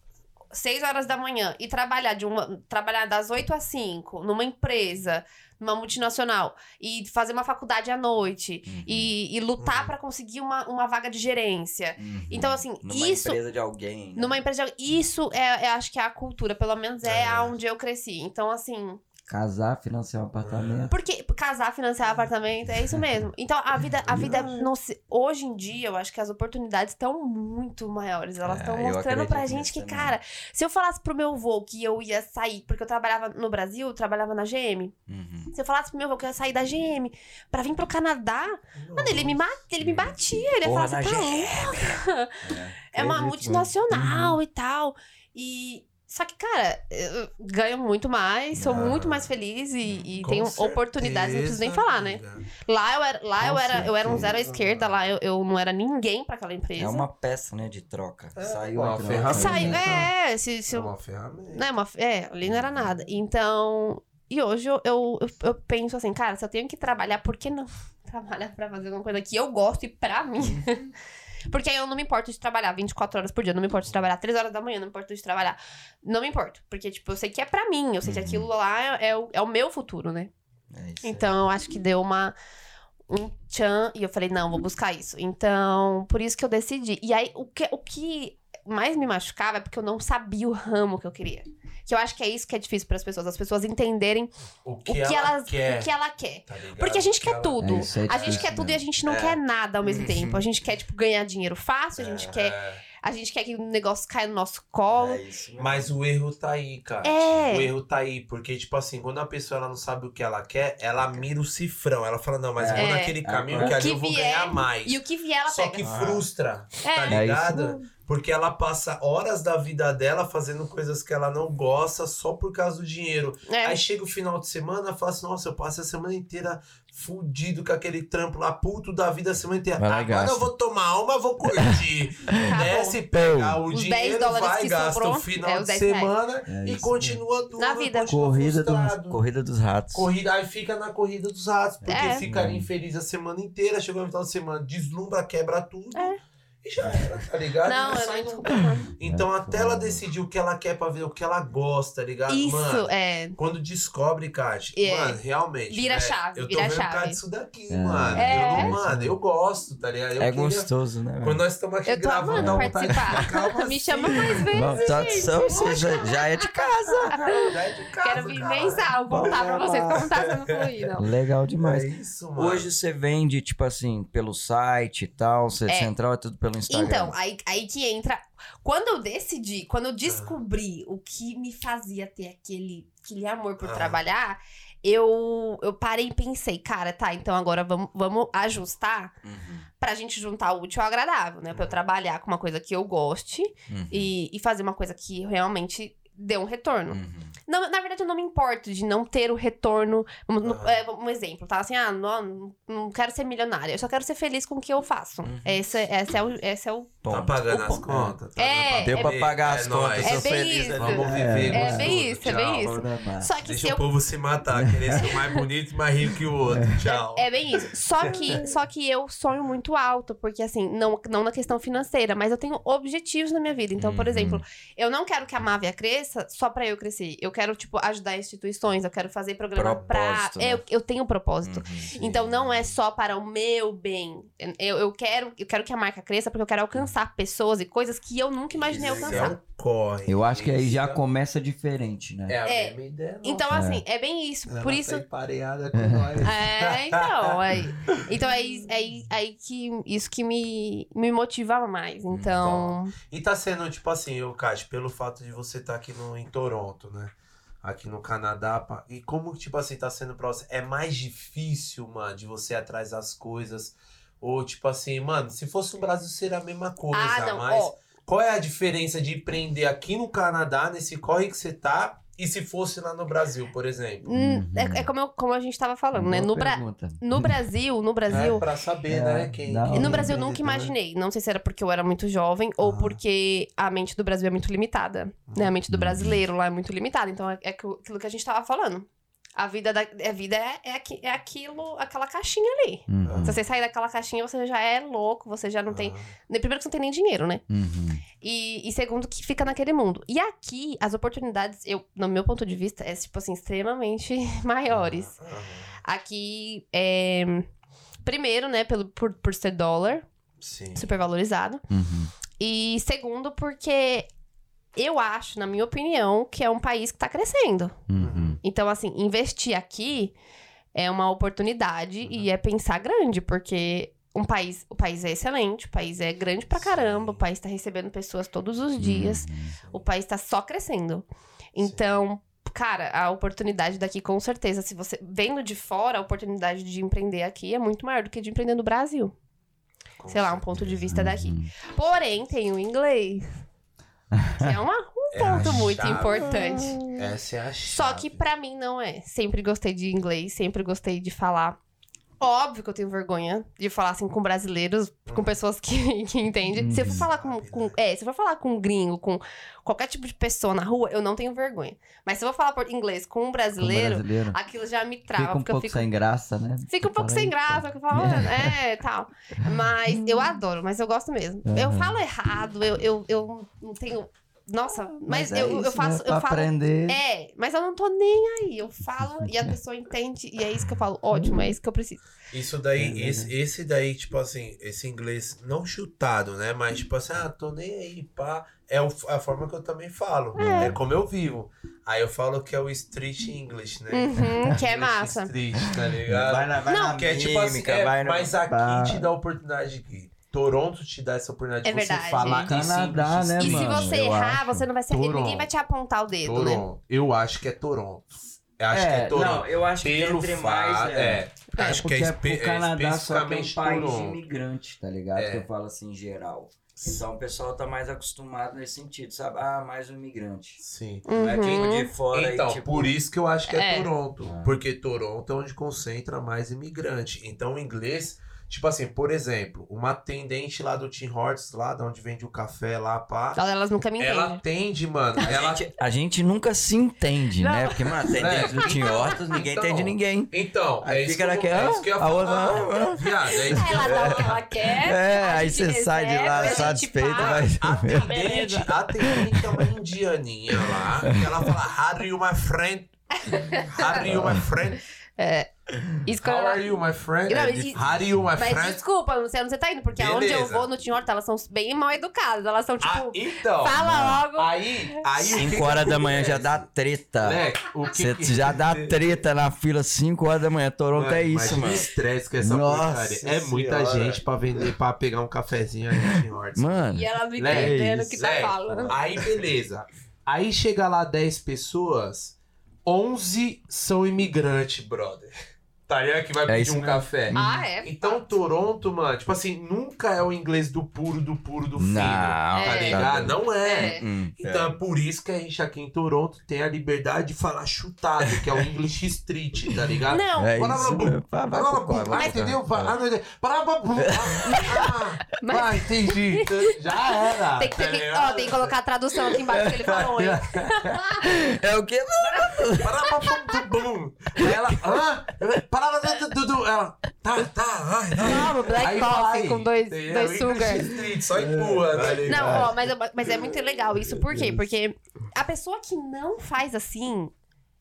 S3: 6 horas da manhã e trabalhar de uma trabalhar das 8 às 5 numa empresa, numa multinacional e fazer uma faculdade à noite
S1: Uhum.
S3: e, e lutar
S2: Uhum.
S3: pra conseguir uma, uma vaga de gerência.
S1: Uhum.
S3: Então assim,
S1: Numa
S3: isso
S1: empresa de alguém. né?
S3: Numa empresa. de- Isso é, é, acho que é a cultura, pelo menos é,
S2: É.
S3: aonde eu cresci. Então, assim,
S1: Casar, financiar um apartamento.
S3: porque casar, financiar apartamento, é isso mesmo. Então, a vida, a vida não se- hoje em dia, eu acho que as oportunidades estão muito maiores. Elas
S1: É,
S3: estão
S1: eu
S3: mostrando pra
S1: acredito
S3: gente
S1: nisso
S3: que,
S1: também.
S3: cara, se eu falasse pro meu avô que eu ia sair, porque eu trabalhava no Brasil, eu trabalhava na GM.
S1: Uhum.
S3: Se eu falasse pro meu avô que eu ia sair da GM pra vir pro Canadá, mano, ele me, ma- ele me batia. Ele ia falar,
S1: Porra,
S3: você
S1: na Uhum.
S3: tá louco?
S1: Acredito,
S3: É uma
S1: né?
S3: multinacional
S1: Uhum.
S3: e tal. E. Só que, cara, eu ganho muito mais, sou
S2: Ah,
S3: muito mais feliz e, e
S2: Com
S3: tenho
S2: certeza,
S3: oportunidades, não preciso nem falar, né?
S2: amiga. É
S3: Lá eu era, lá
S1: Com
S3: eu era, eu era um
S1: certeza.
S3: zero à esquerda, lá eu, eu não era ninguém pra aquela
S1: É
S3: empresa.
S1: uma peça, né, de troca.
S2: É,
S1: Saiu
S2: uma
S1: a troca. né?
S2: ferramenta.
S3: Saiu,
S2: Então,
S3: é, se, se
S2: É
S3: eu-
S2: uma ferramenta.
S3: não é, uma, é, ali não era nada. Então, e hoje eu, eu, eu, eu penso assim, cara, se eu tenho que trabalhar, por que não trabalhar pra fazer alguma coisa que eu gosto e pra mim? Porque aí eu não me importo de trabalhar 24 horas por dia, eu não me importo de trabalhar 3 horas da manhã, eu não me importo de trabalhar. Não me importo, porque, tipo, eu sei que é pra mim, eu sei que
S1: Uhum.
S3: aquilo lá é, é o, é o meu futuro, né?
S1: É isso aí.
S3: Então, eu acho que deu uma, um tchan e eu falei, não, vou buscar isso. Então, por isso que eu decidi. E aí, o que, o que mais me machucava é porque eu não sabia o ramo que eu queria. Que eu acho que é isso que é difícil para as pessoas, as pessoas entenderem
S2: O
S3: o que, elas, o que ela quer.
S2: tá ligado?
S3: Porque a gente
S2: O
S3: quer
S2: ela-
S3: tudo.
S5: É, isso é
S3: a gente
S5: difícil
S3: quer tudo e a
S5: mesmo.
S3: gente não
S2: É.
S3: quer nada ao mesmo tempo. A gente quer, tipo, ganhar dinheiro fácil, a gente quer.
S2: É.
S3: A gente quer que o negócio caia no nosso colo.
S1: É isso. mesmo.
S2: Mas o erro tá aí, cara.
S3: É.
S2: O erro tá aí. Porque, tipo assim, quando a pessoa ela não sabe o que ela quer, ela mira o cifrão. Ela fala, não, mas eu vou
S3: É.
S2: naquele caminho que
S3: O
S2: ali
S3: que
S2: eu vou
S3: vier,
S2: ganhar mais.
S3: E o que vier, ela
S2: Só
S3: pega.
S2: que
S1: Ah.
S2: frustra, tá
S3: É.
S1: É isso
S2: ligado? Porque ela passa horas da vida dela fazendo coisas que ela não gosta só por causa do dinheiro.
S3: é.
S2: Aí chega o final de semana, fala assim: nossa, eu passei a semana inteira fudido com aquele trampo lá, puto da vida a semana inteira.
S5: Vai lá e
S2: Agora
S5: gasta.
S2: eu vou tomar uma, vou curtir.
S3: tá Acabou.
S2: Desce, pega ah, o
S3: Os 10
S2: dinheiro,
S3: dólares
S2: vai,
S3: que
S2: gasta
S3: sobrou,
S2: o final
S3: é, os
S2: de
S3: 10
S2: semana
S5: É
S2: e
S5: isso.
S2: continua tudo.
S3: Na vida.
S2: continua
S1: Corrida,
S2: frustrado.
S1: do, corrida dos ratos.
S2: Corrida, aí fica na corrida dos ratos, porque
S3: É.
S2: fica
S1: Uhum.
S2: ali infeliz a semana inteira, chegou no final de semana, deslumbra, quebra tudo. E já era, tá ligado?
S3: É. Não, é
S2: Essa
S3: eu
S2: aí
S3: não
S2: não-
S3: desculpa. não.
S2: Então,
S1: É,
S2: até ela decidir o que ela quer pra ver, o que ela gosta, tá ligado?
S3: Isso,
S2: Mano,
S3: é.
S2: quando descobre, Kátia,
S3: É.
S2: mano, realmente.
S3: Vira a
S2: velho,
S3: chave,
S2: Eu tô
S3: vira a
S2: vendo
S3: chave.
S2: cara disso daqui,
S5: É.
S2: mano.
S3: É.
S2: Eu não- mano, eu gosto, tá ligado? Eu
S1: é
S2: queria-
S1: gostoso, né?
S2: Quando nós estamos aqui
S3: Eu tô
S2: gravando,
S3: amando
S2: dá vontade de
S3: participar.
S2: ficar, calma
S3: Me
S2: assim,
S3: chama mais vezes.
S1: Não, tá, só, você já, já é de casa.
S2: já é de casa,
S3: Quero vir
S2: cara.
S3: mensal, contar pra vocês como tá sendo fluido.
S1: Legal
S2: É
S1: demais.
S2: isso, mano.
S1: Hoje você vende, tipo assim, pelo site e tal, você
S3: É.
S1: central é tudo pelo Instagram.
S3: Então, aí, aí que entra. Quando eu decidi, quando eu descobri o que me fazia ter aquele, aquele amor por
S2: Ah.
S3: trabalhar, eu, eu parei e pensei, cara, tá, então agora vamos, vamos ajustar pra gente juntar o útil ao agradável, né? Pra eu trabalhar com uma coisa que eu goste
S1: Uhum.
S3: e, e fazer uma coisa que realmente dê um retorno.
S1: Uhum.
S3: Não, na verdade, eu não me importo de não ter o retorno. Um,
S2: Aham.
S3: é, um exemplo, tá? Assim, ah, não, não quero ser milionária, eu só quero ser feliz com o que eu faço.
S1: Uhum.
S3: Esse, esse é o. Esse é o
S2: Tá
S1: Ponto.
S2: pagando
S1: Opa.
S2: as contas? Tá
S3: É,
S2: dando
S1: Deu
S3: é
S1: pra
S2: ver?
S1: pagar as
S2: É
S1: contas,
S2: nóis.
S1: eu
S3: É bem
S1: feliz,
S3: isso.
S1: né?
S2: Vamos
S5: É,
S2: viver,
S3: é
S2: gostoso.
S3: bem isso, é bem
S2: Tchau.
S3: isso.
S1: Ah,
S3: Só que
S2: Deixa
S3: se
S2: o
S3: eu.
S2: povo se matar, querer ser mais bonito e mais rico que o outro. Tchau.
S3: É bem isso. Só que, só que eu sonho muito alto, porque assim, não, não na questão financeira, mas eu tenho objetivos na minha vida. Então, por
S1: Uhum.
S3: exemplo, eu não quero que a Mávia cresça só pra eu crescer. Eu quero, tipo, ajudar instituições, eu quero fazer programa pra.
S1: Propósito, né?
S3: É, eu, eu tenho um propósito.
S2: Uhum.
S3: Então não é só para o meu bem. Eu, eu quero, eu quero que a marca cresça porque eu quero alcançar pessoas e coisas que eu nunca imaginei
S2: Isso
S3: alcançar.
S2: É um
S3: Então,
S2: corre.
S1: Eu acho que aí já
S2: Isso
S1: começa diferente, né?
S2: É a
S3: É.
S2: mesma ideia. não.
S3: Então assim, é bem isso.
S2: Ela
S3: Por
S2: tá
S3: isso
S2: empareada com nós.
S3: É, então, aí, então aí, aí, aí que isso que me, me motiva mais. Então,
S2: E tá sendo, tipo assim, eu, Cássio, pelo fato de você estar aqui no, em Toronto, né? Aqui no Canadá, pá. E como, tipo assim, tá sendo pra você? É mais difícil, mano, de você ir atrás das coisas. Ou, tipo assim, mano, se fosse no Brasil seria a mesma coisa,
S3: ah, não,
S2: mas.
S3: ó,
S2: Qual é a diferença de empreender aqui no Canadá, nesse corre que você tá, e se fosse lá no Brasil, por exemplo?
S3: hum, é, é como, eu- como a gente tava falando, né?
S1: Boa
S3: No, Bra
S1: pergunta.
S3: no Brasil, no Brasil,
S2: É, pra saber,
S1: É,
S2: né? Quem, né?
S1: da
S2: quem
S1: hora.
S3: no Brasil eu nunca
S2: empreendedor.
S3: imaginei. Não sei se era porque eu era muito jovem ou
S2: Ah.
S3: porque a mente do Brasil é muito limitada, né? A mente do
S1: Hum.
S3: brasileiro lá é muito limitada. Então, é, é aquilo aquilo que a gente tava falando. A vida, da, a vida é, é, aqui- é aquilo, aquela caixinha ali.
S1: Uhum,
S3: Se você sair daquela caixinha, você já é louco, você já não tem...
S2: Ah,
S3: Primeiro que você não tem nem dinheiro, né?
S1: uhum.
S3: E, e segundo, que fica naquele mundo. E aqui, as oportunidades, eu, no meu ponto de vista, é, tipo assim, extremamente maiores.
S2: Ah, ah,
S3: Aqui, é, primeiro, né, pelo, por, por ser dólar,
S2: sim.
S3: super valorizado.
S1: uhum.
S3: E segundo, porque eu acho, na minha opinião, que é um país que tá crescendo.
S1: Uhum.
S3: Então, assim, investir aqui é uma oportunidade
S2: Uhum.
S3: e é pensar grande, porque um país, o país é excelente, o país é grande pra caramba,
S2: Sim. Uhum.
S3: o país tá recebendo pessoas todos os dias.
S1: Uhum.
S3: O país tá só crescendo. Então, cara, a oportunidade daqui, com certeza, se você vendo de fora, a oportunidade de empreender aqui é muito maior do que de empreender no Brasil.
S2: Com
S3: sei lá, um ponto de vista daqui.
S1: Uhum.
S3: Porém, tem o inglês. Que é uma- um
S2: É a
S3: ponto muito
S2: chave.
S3: importante.
S2: Essa é a chave.
S3: Só que pra mim não é. Sempre gostei de inglês, sempre gostei de falar. Óbvio que eu tenho vergonha de falar assim com brasileiros, com pessoas que, que entendem. Se eu for
S1: Uhum.
S3: falar com, com- É, se eu for falar com gringo, com qualquer tipo de pessoa na rua, eu não tenho vergonha. Mas se eu for falar por inglês com um brasileiro,
S5: brasileiro.
S3: aquilo já me trava.
S5: Fica um
S3: porque eu
S5: pouco
S3: fico
S5: sem graça, né?
S3: Fica um pouco sem graça, que eu falo, "Mano, é, tal. Mas eu adoro, mas eu gosto mesmo. Eu falo errado, eu, eu, eu não tenho Nossa, mas,
S5: Mas é
S3: eu, eu
S5: isso,
S3: faço. Eu
S5: né? Pra
S3: falo.
S5: aprender.
S3: É, mas eu não tô nem aí. Eu falo e a pessoa entende. E é isso que eu falo. Ótimo, é isso que eu preciso.
S2: Isso daí, esse, esse daí, tipo assim, esse inglês não chutado, né? Mas tipo assim, ah, tô nem aí, pá. É o- a forma que eu também falo. É. como eu vivo. Aí eu falo que é o street English, né?
S3: Uhum, que
S2: English
S3: é massa.
S2: Street, tá ligado?
S1: na, vai
S3: Não,
S1: na
S2: que é tipo assim,
S1: mímica,
S2: é,
S1: vai no...
S2: mas aqui
S5: Bah.
S2: te dá a oportunidade que Toronto te dá essa oportunidade
S3: É
S2: de você
S3: verdade.
S2: falar
S5: E Canadá,
S2: esse
S5: né,
S3: E
S2: inglês.
S3: se
S5: mano,
S3: você
S5: eu
S3: errar,
S5: acho.
S3: você não vai ser. Ninguém
S2: Toron.
S3: vai te apontar o dedo, né?
S2: Toronto. Eu acho que é Toronto. Eu Acho que é Toronto.
S1: não, eu acho que
S2: Pelo
S1: entre
S2: fato,
S1: mais... né?
S2: é.
S3: É,
S2: Acho que
S1: Porque
S2: é,
S1: é,
S2: espe
S1: o Canadá só que é um
S2: especificamente
S1: país
S2: Toronto.
S1: imigrante, tá ligado?
S2: É.
S1: Que eu falo assim, em geral. Então o pessoal tá mais acostumado nesse sentido, sabe? Ah, mais um imigrante.
S2: Sim.
S1: Não é tipo
S3: Uhum.
S1: de fora
S2: Então,
S1: e tipo...
S2: por isso que eu acho que é,
S3: É.
S2: Toronto.
S1: Ah.
S2: Porque Toronto é onde concentra mais imigrante. Então, o inglês, tipo assim, por exemplo, uma atendente lá do Tim Hortons, lá de onde vende o café lá, pá.
S3: Elas nunca me
S2: Ela
S3: entendem.
S2: atende, mano. Ela
S1: A gente, a gente nunca se entende,
S3: Não.
S1: né? Porque, mano, tem
S2: É.
S1: dentro do Tim Hortons, ninguém
S2: Então,
S1: entende ninguém.
S2: Então,
S1: Aí
S2: é isso, que
S1: fica
S2: eu,
S1: naquela,
S2: é isso que eu ia
S1: a outra,
S2: falar.
S1: ah, ah.
S2: Viado, é isso que eu
S3: Ela dá o que ela quer.
S1: É,
S3: a
S1: aí
S3: gente
S1: você sai de
S3: recebe,
S1: lá
S3: a gente
S1: satisfeito,
S3: paga.
S1: vai...
S2: Atendente, atendente é uma indianinha lá. que Ela fala, How are you, my friend? How are you, my friend?
S3: Isso que eu-
S2: How are you, my friend?
S3: Não,
S2: É,
S3: e-
S2: How are you, my
S3: Mas
S2: friend?
S3: desculpa, eu não sei onde você tá indo, porque aonde eu
S2: Beleza.
S3: vou no Tim Hortons, elas são bem mal educadas. Elas são tipo,
S2: Ah, então,
S3: fala logo.
S2: aí, aí o que que
S1: 5 horas da manhã já dá treta.
S2: Moleque, o que
S1: Você
S2: que-
S1: já dá treta na fila 5 horas da manhã. Toronto
S2: Mano,
S1: é isso,
S2: imagina o
S1: mano.
S2: estresse com essa
S1: Nossa
S2: porcaria. É muita
S1: senhora.
S2: gente pra vender, pra pegar um cafezinho aí no Tim Hortons.
S1: Mano,
S3: E elas não
S2: Lé,
S3: entendendo o
S2: isso,
S3: que tá
S2: Lé.
S3: falando.
S2: Aí, beleza. Aí chega lá 10 pessoas, 11 são imigrante, brother. Tá ligado? Que vai pedir
S1: É isso
S2: um
S1: mesmo.
S2: café.
S3: Ah, é.
S2: Então, Toronto, mano, tipo assim, nunca é o inglês do puro, do puro, do fino.
S1: Não,
S2: tá
S3: É.
S2: ligado? Não é.
S3: É.
S1: hum,
S2: Então, é por isso que a gente aqui em Toronto tem a liberdade de falar chutado, que é o English Street, tá ligado?
S3: Não,
S1: é
S2: Bora,
S1: isso.
S2: Babu.
S1: mesmo. Vai, vai,
S2: Parava,
S1: vai, vai,
S2: entendeu?
S1: vai.
S2: Ah, não entendi. Parava, pum. Ah, ah,
S3: Mas-
S2: ah, entendi. Já era.
S3: tem que,
S2: tá
S3: tem que-
S2: ligado?
S3: ó, tem que um colocar a tradução aqui embaixo que ele falou, hein?
S1: É o quê?
S2: Parabum, Aí ela, hã? Parava, du- du- du- ela, tá, tá, ai, ai.
S3: Vamos, Black
S2: Aí
S3: Coffee
S2: vai,
S3: com dois,
S2: entendeu?
S3: dois
S2: English
S3: sugar.
S2: Street, Só empurra, tá ligado?
S3: Não, ó, mas, eu- mas é muito legal isso. Por quê? Porque a pessoa que não faz assim,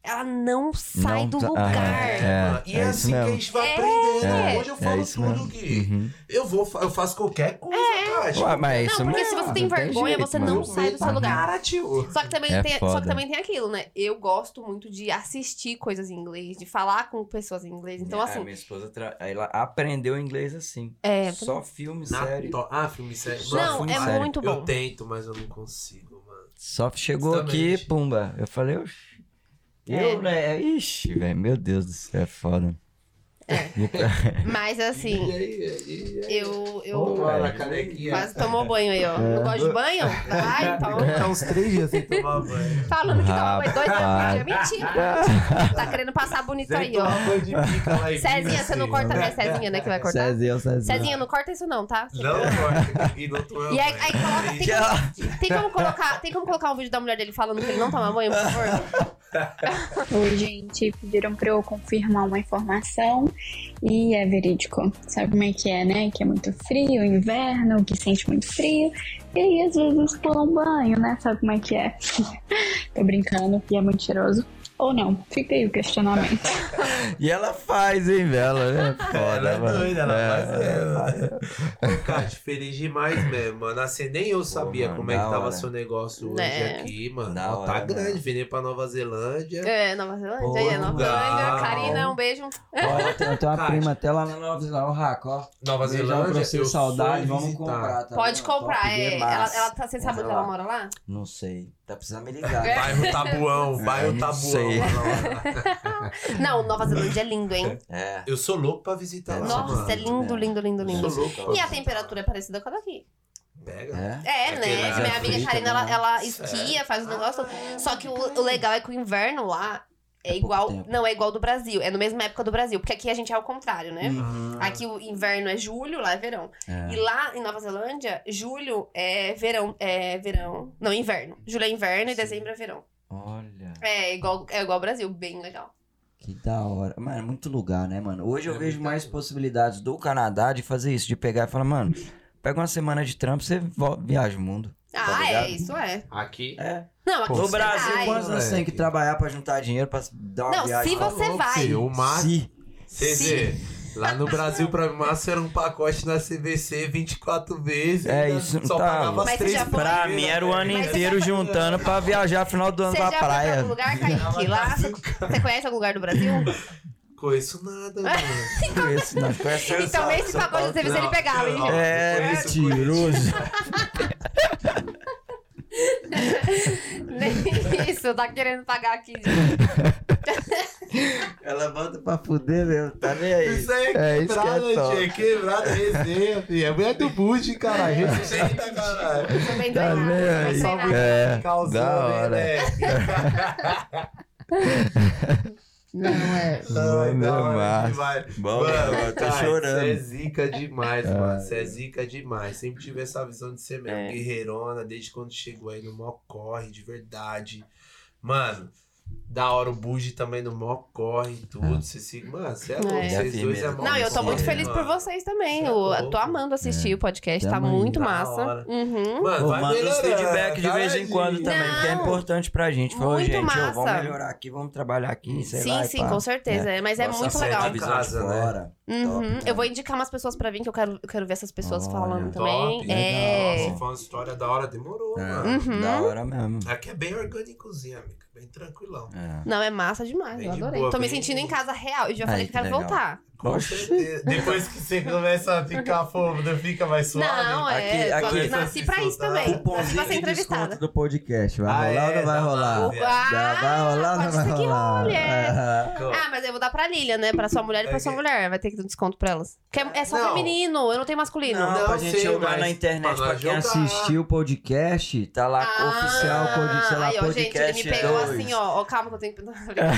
S3: ela não sai
S1: Não
S3: do
S1: tá-
S3: lugar.
S1: Ah,
S2: E é, assim que a gente vai
S3: É.
S2: aprendendo.
S1: É,
S2: Hoje eu
S1: é
S2: falo
S1: isso
S2: tudo,
S1: mesmo.
S2: Gui.
S1: Uhum.
S2: Eu, vou, fa- eu faço qualquer coisa, cara. Tipo,
S1: Ué, mas é
S3: Não,
S1: isso
S3: porque se
S1: mesmo,
S3: você tem vergonha,
S1: jeito,
S3: você
S1: mano.
S3: não sai do seu lugar.
S2: Para, tio.
S3: Só que, também
S1: É
S3: tem, só que
S1: foda.
S3: também tem aquilo, né? Eu gosto muito de assistir coisas em inglês, de falar com pessoas em inglês. Então,
S1: Ah,
S3: assim,
S1: minha esposa tra- ela aprendeu inglês assim.
S3: é.
S1: Só filme,
S2: Na
S1: série.
S2: to- Ah, filme sério.
S1: Só
S3: Não,
S1: filme
S3: é
S1: sério.
S3: muito
S2: Eu
S3: bom.
S2: tento, mas eu não consigo, mano.
S1: Só chegou
S2: Justamente.
S1: aqui, pumba. Eu falei, oxi.
S3: É.
S1: Eu, né? Ixi, velho. Meu Deus do céu, é foda.
S3: Mas
S2: E
S3: assim,
S2: aí, e aí?
S3: eu. eu...
S1: Ô,
S2: Toma na
S1: velho.
S2: canequinha.
S3: Quase então. tomou banho aí, ó. Não gosta de banho? Vai, toma.
S2: Tá uns três dias sem tomar banho.
S3: Falando que toma banho dois anos por dia.
S1: Rapaz.
S3: Mentira. Tá querendo passar bonito aí, ó. Cezinha, você não corta, né? Cezinha, né, que vai cortar.
S5: Cezinha, Cezinha.
S3: Cezinha, não corta isso não, tá?
S2: Não, corta. E não toma
S3: E aí,
S2: banho.
S3: aí coloca, tem como, tem como colocar, tem como colocar um vídeo da mulher dele falando que ele não toma banho, por favor?
S6: Oi, gente, pediram pra eu confirmar uma informação e é verídico. Sabe como é que é, né? Que é muito frio, inverno, que sente muito frio e aí às vezes pula um banho, né? Sabe como é que é? Tô brincando e é muito cheiroso. Ou não, fica aí o questionamento.
S1: E ela faz, hein, velho? Ela É foda,
S2: Ela é
S1: mano.
S2: doida, ela
S1: É.
S2: faz. Ô, Kátia, feliz demais mesmo, mano. Assim, nem eu sabia
S1: mano,
S2: como é que
S1: da
S2: tava
S1: hora.
S2: seu negócio hoje
S3: Né?
S2: aqui, mano.
S1: Da
S2: Ó, tá
S1: hora,
S2: grande,
S1: mano.
S2: virei pra Nova Zelândia.
S3: É, Nova Zelândia, aí, é Nova
S2: Portugal.
S3: Zelândia. Karina, um beijo.
S1: é.
S5: Ó, eu tenho, eu tenho uma
S2: Cara.
S5: prima até lá na Nova Zelândia, o Raco, ó.
S2: Nova
S5: Beijão pra você,
S2: eu
S5: saudade,
S2: fui
S5: vamos
S2: visitar.
S5: comprar. Tá
S3: Pode
S5: vendo?
S3: comprar,
S5: Top
S3: é. Ela,
S5: demais.
S3: ela tá, você sabe
S5: Entra
S3: onde ela
S5: lá.
S3: mora lá?
S1: Não sei. Tá precisando me ligar.
S3: É.
S2: Bairro Tabuão, bairro
S1: É, não
S2: Tabuão.
S1: sei.
S3: Não, Nova Zelândia é lindo, hein?
S1: É.
S2: Eu sou louco pra visitar lá, mano.
S3: Nossa, é lindo, lindo, lindo,
S2: Eu sou
S3: lindo.
S2: louco. pra
S3: E a
S2: visitar.
S3: temperatura é parecida com a daqui.
S2: Pega.
S1: É?
S3: É,
S2: Aquele lá
S3: né? Minha
S1: já
S3: amiga
S1: frita,
S3: Karina,
S1: né?
S3: ela, ela
S2: Certo.
S3: esquia, faz os negócios. Só que o, o legal é que o inverno lá é
S1: pouco
S3: igual.
S1: tempo.
S3: Não, é igual do Brasil. É na mesma época do Brasil. Porque aqui a gente é ao contrário, né?
S2: Hum.
S3: Aqui o inverno é julho, lá é verão.
S1: É.
S3: E lá em Nova Zelândia, julho é verão. É verão. Não, inverno. Julho é inverno e
S1: Sim.
S3: dezembro é verão.
S1: Olha,
S3: É igual, é igual ao Brasil, bem legal.
S1: que da hora. Mano, é muito lugar, né, mano? Hoje eu
S2: É
S1: vejo
S2: muita
S1: mais
S2: coisa.
S1: possibilidades do Canadá de fazer isso, de pegar e falar, mano, pega uma semana de trampo, você vo- viaja o mundo. Tá
S3: Ah,
S1: ligado?
S3: é, isso é.
S2: Aqui.
S1: É.
S3: Não, aqui
S2: Pô,
S1: No
S3: você
S1: Brasil,
S3: vai.
S1: quantos nós
S2: moleque.
S1: tem que trabalhar pra juntar dinheiro pra dar uma
S3: Não,
S1: viagem?
S3: se
S1: pra-
S3: você vai.
S2: Tá O Márcio.
S1: Se.
S2: CZ, lá no Brasil, pra mim, Márcio era um pacote na CVC 24 vezes.
S1: É
S2: ainda
S1: isso,
S2: Só
S1: tá.
S2: pagava
S3: Mas
S2: as
S3: você
S2: três
S3: já foi?
S2: primeiras,
S4: Pra mim era o
S2: né?
S4: ano
S3: Mas você
S4: inteiro
S3: já-
S4: juntando pra viajar final do ano
S3: Você
S4: pra
S3: já foi pra
S4: praia.
S3: algum lugar, Kaique? Lá,
S2: assim,
S3: você você conhece algum lugar do Brasil?
S2: Conheço nada, mano.
S1: Não conheço, não conheço.
S3: Então, esse
S2: São
S3: pacote
S2: Paulo-
S3: de serviço ele
S2: Não,
S3: pegava, hein?
S2: não,
S1: É,
S2: eu conheço Curitiba.
S1: mentiroso.
S3: Nem isso, tá querendo pagar aqui. de-
S1: Ela bota pra fuder mesmo, tá nem aí.
S2: Isso aí é
S1: É, isso que é
S2: quebrada,
S1: top. É.
S2: tia. Quebrada, resenha, filho. É mulher do Bud, caralho. Respeita, caralho.
S3: Tô bem
S1: Tá
S3: doidado,
S1: nem
S3: mas
S1: aí.
S3: sei lá.
S1: É,
S2: Causou,
S1: da hora.
S2: né?
S3: Não, é.
S2: Não,
S1: Mano,
S2: da hora
S1: massa.
S2: demais.
S1: Bom, eu tô
S2: cara,
S1: chorando.
S2: Você é zica demais,
S1: Ai.
S2: mano. Você é zica demais. Sempre tive essa visão de ser mesmo.
S4: É.
S2: Guerreirona, desde quando chegou aí no mó corre, de verdade. Mano, da hora o Buji também no mó corre e tudo. Você se... Mano, você é louco.
S3: É.
S2: Vocês
S1: Ah. É
S2: dois é
S1: firmeza.
S2: mó
S3: Não, eu tô
S2: corre,
S3: muito feliz por
S2: mano.
S3: vocês também.
S2: Você é
S3: Eu
S2: louco.
S3: tô amando assistir o podcast, tá
S1: Tamo aí.
S3: muito
S2: Da
S3: massa.
S2: hora.
S3: Uhum.
S2: Mano,
S1: Pô,
S2: vai
S1: manda os
S2: melhorando,
S1: feedback de
S2: cara,
S1: vez em quando
S2: de-
S1: também, porque é
S3: Não.
S1: importante pra gente. Falou,
S3: Muito
S1: gente, ó, vamos
S3: massa.
S1: melhorar aqui, vamos trabalhar aqui, sei
S3: sim,
S1: lá. e
S3: sim,
S1: pá.
S3: com certeza. é, Mas é
S1: Nossa,
S3: muito
S1: essa
S3: legal.
S2: divisão,
S1: visão de
S2: Casa, né?
S1: fora.
S3: Uhum.
S1: top,
S3: Eu
S1: né?
S3: vou indicar umas pessoas pra vir, que eu quero, eu quero ver essas pessoas
S1: Olha,
S3: falando também.
S2: Top,
S3: é.
S2: Nossa, foi uma história da hora, demorou,
S1: É,
S2: mano.
S3: Uhum.
S1: Da hora mesmo.
S2: Aqui é bem orgânicozinho, amiga. Bem tranquilão.
S1: É.
S3: Não, é massa demais.
S2: Bem
S3: Eu
S2: de
S3: adorei.
S2: boa,
S3: Tô me
S2: bem-
S3: sentindo em casa real. Eu já
S1: Aí,
S3: falei que
S1: que
S3: quero
S1: legal.
S3: voltar.
S2: Com
S1: Oxi.
S2: certeza. Depois que você começa a ficar fofo, não fica mais suave.
S3: Não, é.
S1: Aqui-
S3: tô-
S1: aqui-
S3: nasci pra isso
S2: Tá.
S3: também. Nasci pra
S1: Cupomzinho
S3: ser
S1: de
S3: entrevistada.
S1: desconto do podcast. Vai
S2: Ah,
S1: rolar
S2: é,
S1: ou não vai
S2: dá
S1: rolar?
S2: uma-
S1: Dá-
S3: Ah,
S1: vai rolar ou não
S3: pode
S1: vai
S3: ser que
S1: rolar?
S3: role, é.
S1: É.
S3: Ah, mas eu vou dar pra Lilia, né? Pra sua mulher e pra
S2: É
S3: sua
S2: que-
S3: mulher. Vai ter que dar um desconto pra elas. Porque é é só
S2: Não.
S3: feminino, eu não tenho masculino.
S1: Não,
S2: Não,
S1: pra gente
S2: sei,
S1: jogar
S2: mas
S1: na internet,
S2: pra
S1: pra,
S2: nós
S1: quem
S2: jogar.
S1: assistiu o podcast, tá lá
S3: Ah,
S1: oficial, pod, sei lá,
S3: aí, ó, gente, ele
S1: podcast é
S3: me pegou
S1: 2.
S3: assim, ó, ó, calma que eu tenho que...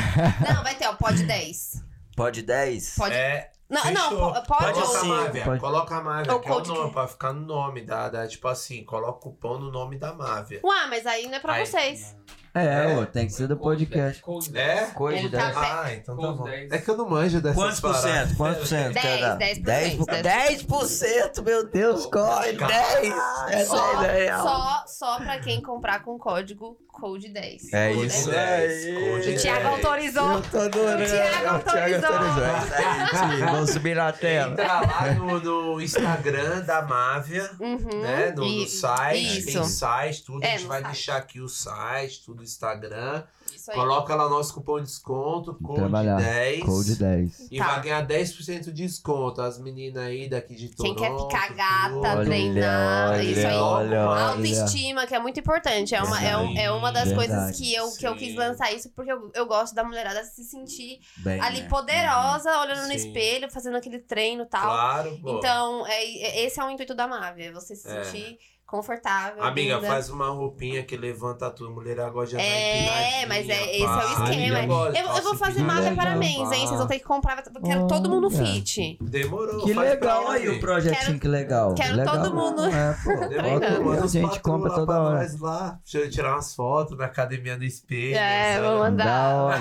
S3: Não, vai ter, ó, pode 10.
S1: Pod 10?
S3: Pode...
S2: É,
S3: não, não,
S2: fechou.
S3: po- pode,
S1: Pode
S3: ou-
S2: Coloca a
S1: sim.
S2: Mávia,
S1: Pode.
S2: coloca a Mávia,
S3: Ou
S2: que é o
S3: code
S2: nome,
S3: que-
S2: pra ficar no nome da, da- Tipo assim, coloca o pão no nome da Mávia.
S3: Ué, mas aí não é pra
S2: Aí,
S3: vocês.
S1: É,
S2: É.
S1: ó, tem que ser do podcast.
S2: É?
S1: Coisa
S3: Ele
S1: de
S3: tá
S1: 10.
S3: certo.
S2: Ah, então tá
S5: Os
S2: bom.
S5: dez.
S2: É que eu não manjo dessas
S4: Quantos por
S2: paradas.
S4: cento?
S1: Quantos por cento?
S3: Dez,
S1: quer dar?
S3: dez por cento,
S1: 10%, 10%, meu Deus, corre, 10! É
S3: Só,
S1: 10 real.
S3: só, só pra quem comprar com código CODE 10.
S1: É
S2: Code
S1: isso É.
S2: 10,
S1: aí.
S2: code
S3: O Thiago autorizou.
S1: Eu tô adorando.
S3: O Thiago autorizou.
S1: É isso aí, vamos subir na tela.
S2: Entra lá no, no Instagram da Mávia,
S3: Uhum.
S2: né? No,
S3: E-
S2: no site,
S3: isso.
S2: tem site, tudo.
S3: É,
S2: a gente
S3: no
S2: vai
S3: site.
S2: deixar aqui o site, tudo, o Instagram.
S3: Isso aí.
S2: Coloca lá nosso cupom de desconto, code
S1: Trabalhar.
S2: 10.
S1: Code 10.
S2: E
S3: Tá.
S2: vai ganhar 10% de desconto. As meninas aí daqui de
S3: Quem
S2: Toronto.
S3: quer ficar
S2: tudo.
S3: gata,
S1: Olha,
S3: treinar,
S1: olha,
S3: Tá isso aí.
S1: olha, olha.
S3: Autoestima, que é muito importante. É uma, é, um- é uma das
S1: Verdade.
S3: coisas que eu, que eu quis
S2: Sim.
S3: lançar isso, porque eu, eu gosto da mulherada se sentir
S1: Bem,
S3: ali
S1: né?
S3: poderosa, olhando no
S2: Sim.
S3: espelho, fazendo aquele treino e tal.
S2: Claro, pô.
S3: Então, é, é- esse é o intuito da Mave, é você se
S2: É.
S3: sentir confortável.
S2: Amiga,
S3: linda.
S2: faz uma roupinha que levanta tudo. Mulher agora já
S3: É, mas é- esse é o esquema.
S2: Eu,
S3: Eu, eu vou fazer
S1: empinada, já
S3: Mave para mens,
S1: vai.
S3: hein? Vocês vão ter que comprar. eu Quero todo mundo
S1: Olha.
S3: fit.
S2: Demorou.
S1: Que
S2: Então, faz pra
S1: legal
S2: nós,
S1: aí o
S2: gente.
S1: projetinho,
S3: Quero-
S1: que legal.
S3: quero
S1: legal.
S3: todo mundo
S1: É, pô,
S3: Tá treinando.
S1: bota-
S2: Manda
S1: a
S2: uns
S1: gente
S2: patrulha
S1: compra
S2: lá
S1: toda
S2: pra
S1: hora.
S2: nós lá. Deixa eu tirar umas fotos na academia do espelho.
S3: É,
S2: sabe?
S3: vou mandar.
S1: Da hora,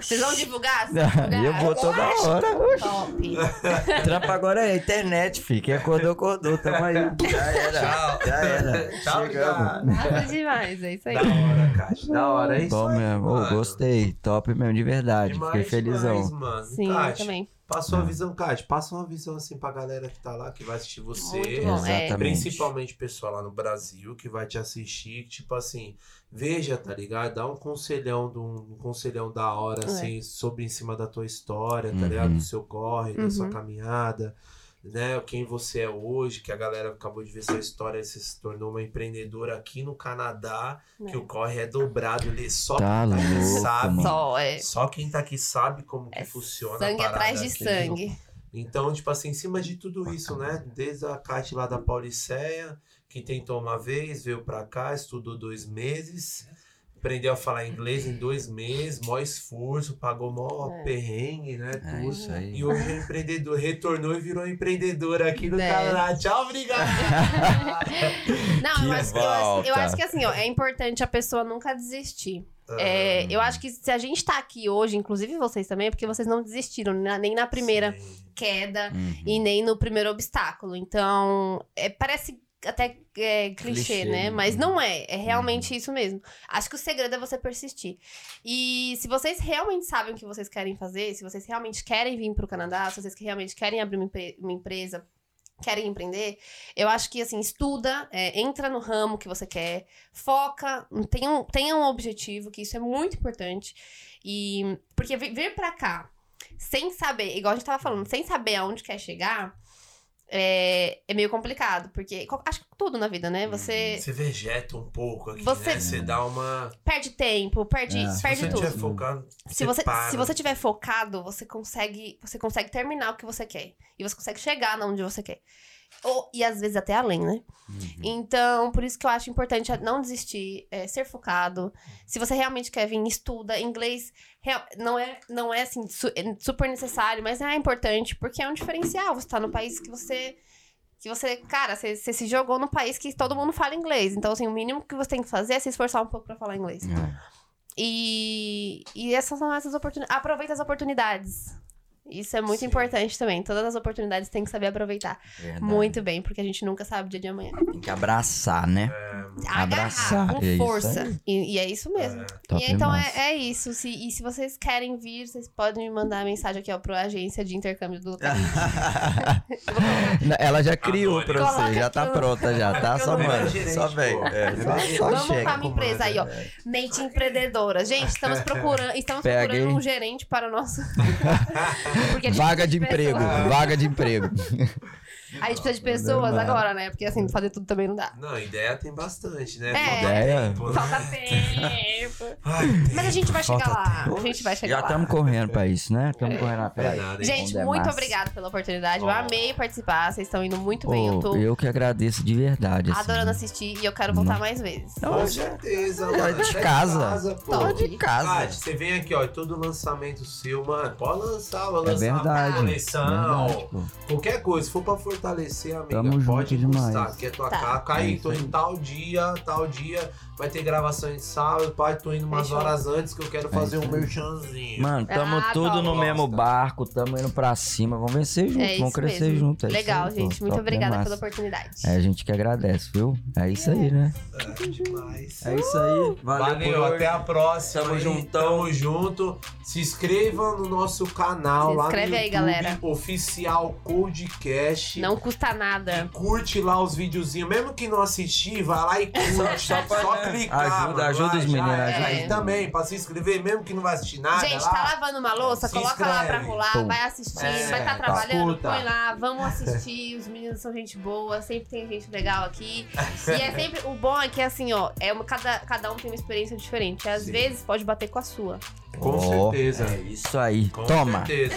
S3: Vocês vão divulgar? Vocês vão divulgar?
S1: Eu vou toda hora.
S3: Top.
S1: Trampa agora é a internet, fi. Quem acordou, acordou. Tamo aí. Já era.
S2: Tchau.
S1: Já era.
S2: Tchau,
S1: Chegamos.
S3: Nada demais, é isso aí.
S2: Da hora, Kátia. Da hora, é isso
S1: Bom
S2: aí,
S1: mesmo. Ô,
S2: mano.
S1: gostei. Top mesmo, de verdade.
S2: Demais,
S1: Fiquei felizão. É.
S2: demais, mano.
S3: Sim,
S2: Kátia,
S3: também.
S2: Passa uma visão, Kátia. Passa uma visão assim pra galera que tá lá, que vai assistir você.
S3: Muito bom. é.
S1: Exatamente.
S2: Principalmente o pessoal lá no Brasil que vai te assistir, que, tipo assim, veja, tá ligado? Dá um conselhão, de um, um conselhão da hora,
S3: É.
S2: assim, sobre em cima da tua história, tá
S1: Uhum.
S2: ligado? Do seu corre, da sua
S3: Uhum.
S2: caminhada, né? Quem você é hoje, que a galera acabou de ver sua história, você se tornou uma empreendedora aqui no Canadá, que o corre é dobrado, ele só
S1: Tá
S2: quem tá aqui
S1: louco,
S2: sabe.
S1: mano.
S3: Só, é.
S2: Só quem tá aqui sabe como
S3: É
S2: que funciona. a
S3: sangue
S2: parada né?
S3: atrás de
S2: aqui.
S3: sangue.
S2: Então, tipo assim, em cima de tudo isso, né? Desde a Kate lá da Pauliceia, que tentou uma vez, veio pra cá, estudou dois meses, aprendeu a falar inglês em dois meses, mó esforço, pagou mó
S3: É.
S2: perrengue, né?
S1: É
S2: tudo.
S1: isso aí.
S2: E hoje é empreendedor, retornou e virou empreendedor aqui no
S3: É.
S2: Canadá. Tchau, obrigado!
S3: Não, eu
S1: Que
S3: acho, que, eu, acho, eu
S1: volta.
S3: acho que assim, ó, é importante a pessoa nunca desistir.
S2: Ah.
S3: É, eu acho que se a gente tá aqui hoje, inclusive vocês também, é porque vocês não desistiram, na- nem na primeira
S2: Sim.
S3: queda,
S1: Uhum.
S3: e nem no primeiro obstáculo. Então, é, parece até é, clichê,
S1: Clichê,
S3: né?
S1: né? Uhum.
S3: Mas não é. É realmente isso mesmo. Acho que o segredo é você persistir. E se vocês realmente sabem o que vocês querem fazer, se vocês realmente querem vir pro Canadá, se vocês que realmente querem abrir uma, empre- uma empresa, querem empreender, eu acho que, assim, estuda, é, entra no ramo que você quer, foca, tenha um, tenha um objetivo, que isso é muito importante. E... Porque vi- vir pra cá, sem saber, igual a gente tava falando, sem saber aonde quer chegar... É, é meio complicado, porque co- acho que tudo na vida, né? Você
S2: Você vegeta um pouco aqui,
S3: Você-
S2: né? Você dá uma...
S3: perde tempo, perde,
S5: É.
S2: Se
S3: perde
S2: você
S3: tudo.
S2: tiver focado,
S3: Se você,
S2: para.
S3: se você tiver focado, você consegue, você consegue terminar o que você quer. E você consegue chegar na onde você quer. Ou, e às vezes até além, né? Então, por isso que eu acho importante não desistir, é, ser focado. Se você realmente quer vir, estuda. Inglês real- não é, não é assim, su- é super necessário, mas é importante, porque é um diferencial. Você tá no país que você. Que você, cara, você, você se jogou no país que todo mundo fala inglês. Então, assim, o mínimo que você tem que fazer é se esforçar um pouco pra falar inglês.
S1: É.
S3: E, e essas são essas oportunidades. Aproveita as oportunidades. Isso é muito
S2: Sim.
S3: importante também. Todas as oportunidades tem que saber aproveitar.
S1: É Verdade.
S3: Muito bem, porque a gente nunca sabe o dia de amanhã.
S1: Tem que abraçar, né?
S2: É.
S1: Abraçar,
S3: Agarrar
S1: é
S3: com
S1: isso
S3: força. E, e é isso mesmo.
S4: Top
S3: e então
S4: demais.
S3: é, é isso. Se, e se vocês querem vir, vocês podem me mandar mensagem aqui, ó, pro agência de intercâmbio do local.
S4: Ela já criou
S2: Adorei.
S4: pra
S3: Coloca
S4: você, já tá
S3: aqui o-
S4: pronta já, tá? Só
S2: não
S4: manda,
S2: era gerente,
S4: só
S2: pô.
S4: vem. É,
S1: Tá
S4: só,
S3: Vamos
S4: só chega.
S3: montar minha empresa aí, ó. Mente empreendedora. Gente, estamos procurando, estamos
S4: Pega,
S3: procurando
S4: hein?
S3: um gerente para o nosso. Porque a gente
S4: Vaga de
S3: precisa
S4: emprego,
S3: pessoas.
S4: vaga de emprego.
S3: A gente precisa de pessoas agora, né? Porque assim, fazer tudo também não dá.
S2: Não, ideia tem bastante, né?
S3: É.
S4: Ideia?
S2: Pô,
S3: Falta tempo.
S2: Ai,
S3: Mas a gente vai chegar lá. A gente vai chegar
S1: Já
S3: lá.
S1: estamos correndo pra isso, né? Tamo
S3: É.
S1: correndo
S2: é
S1: atrás.
S2: nada, hein?
S3: Gente,
S1: Bom
S3: muito
S1: demais.
S3: obrigada pela oportunidade. Eu
S2: Ó.
S3: amei participar. Vocês estão indo muito bem.
S1: Pô,
S3: eu tô
S1: eu que agradeço de verdade. assim.
S3: adorando assistir e eu quero voltar mais vezes.
S1: é
S2: Com certeza, mano.
S4: de
S2: Até de
S4: casa.
S2: pô.
S1: Tá
S3: Tô de
S4: É
S2: Tati, você vem aqui, ó, e todo lançamento seu, mano, pode lançar, vai
S1: É
S2: lançar
S1: verdade,
S2: uma coleção,
S1: verdade, pô.
S2: qualquer coisa, se for pra fortalecer, amiga,
S1: Tamo junto
S2: pode
S1: demais.
S2: que é tua
S3: Tá.
S2: cara,
S1: É
S2: Caí,
S1: isso
S2: tô em tal dia, tal dia, vai ter gravação de sábado, pai, tô indo umas
S3: Fechou.
S2: horas antes que eu quero fazer
S1: É isso
S2: um
S1: aí.
S2: merchanzinho.
S1: Mano, tamo
S3: Ah,
S1: tudo
S3: Paulo,
S1: no mesmo
S2: gosta.
S1: barco, tamo indo pra cima. Vamos vencer junto,
S3: É
S1: vamos
S3: isso
S1: crescer
S3: mesmo.
S1: junto. é isso
S3: Legal,
S1: aí, pô.
S3: gente. Muito
S1: Top
S3: obrigada
S1: demais.
S3: pela oportunidade.
S1: É a gente que agradece, viu? É isso aí, né?
S2: É demais.
S1: É isso aí.
S2: Valeu, até a próxima.
S1: Tamo
S2: hein?
S1: juntão.
S2: Tamo junto. Se inscreva no nosso canal
S3: Se
S2: lá
S3: inscreve
S2: no
S3: aí,
S2: YouTube,
S3: galera.
S2: Oficial Codecast.
S3: Não custa nada.
S2: Curte lá os videozinhos, mesmo que não assistir, vai lá e curte. só, clicar.
S1: Ajuda-
S2: mano,
S1: ajuda
S2: vai,
S1: os
S2: já
S1: meninos,
S2: é.
S1: ajuda
S3: os
S2: E
S3: meninos.
S2: também, pra se inscrever, mesmo que não vai assistir nada.
S3: Gente,
S2: lá,
S3: tá lavando uma louça,
S2: Se
S3: coloca lá pra
S2: inscreve.
S3: rolar,
S1: Pum.
S3: vai assistindo,
S2: É,
S3: vai estar
S2: tá.
S3: trabalhando,
S2: Escuta.
S3: põe lá, vamos assistir, os meninos são gente boa, sempre tem gente legal aqui. E é sempre, o bom é que assim, ó, é uma, cada, cada um tem uma experiência diferente. Às
S2: Sim.
S3: vezes pode bater com a sua.
S2: Com
S1: Ó,
S2: certeza.
S1: É isso aí.
S2: Com
S1: Toma.
S2: certeza.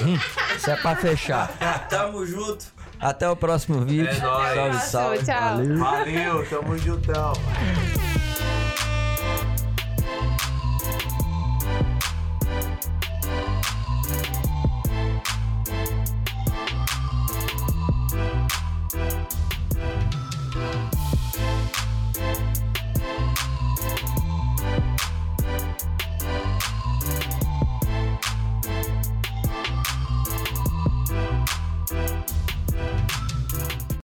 S1: Isso é pra fechar. Tamo junto. Até o próximo vídeo.
S2: É nóis.
S1: Salve, salve.
S3: Tchau.
S1: Valeu.
S2: Valeu, tamo juntão.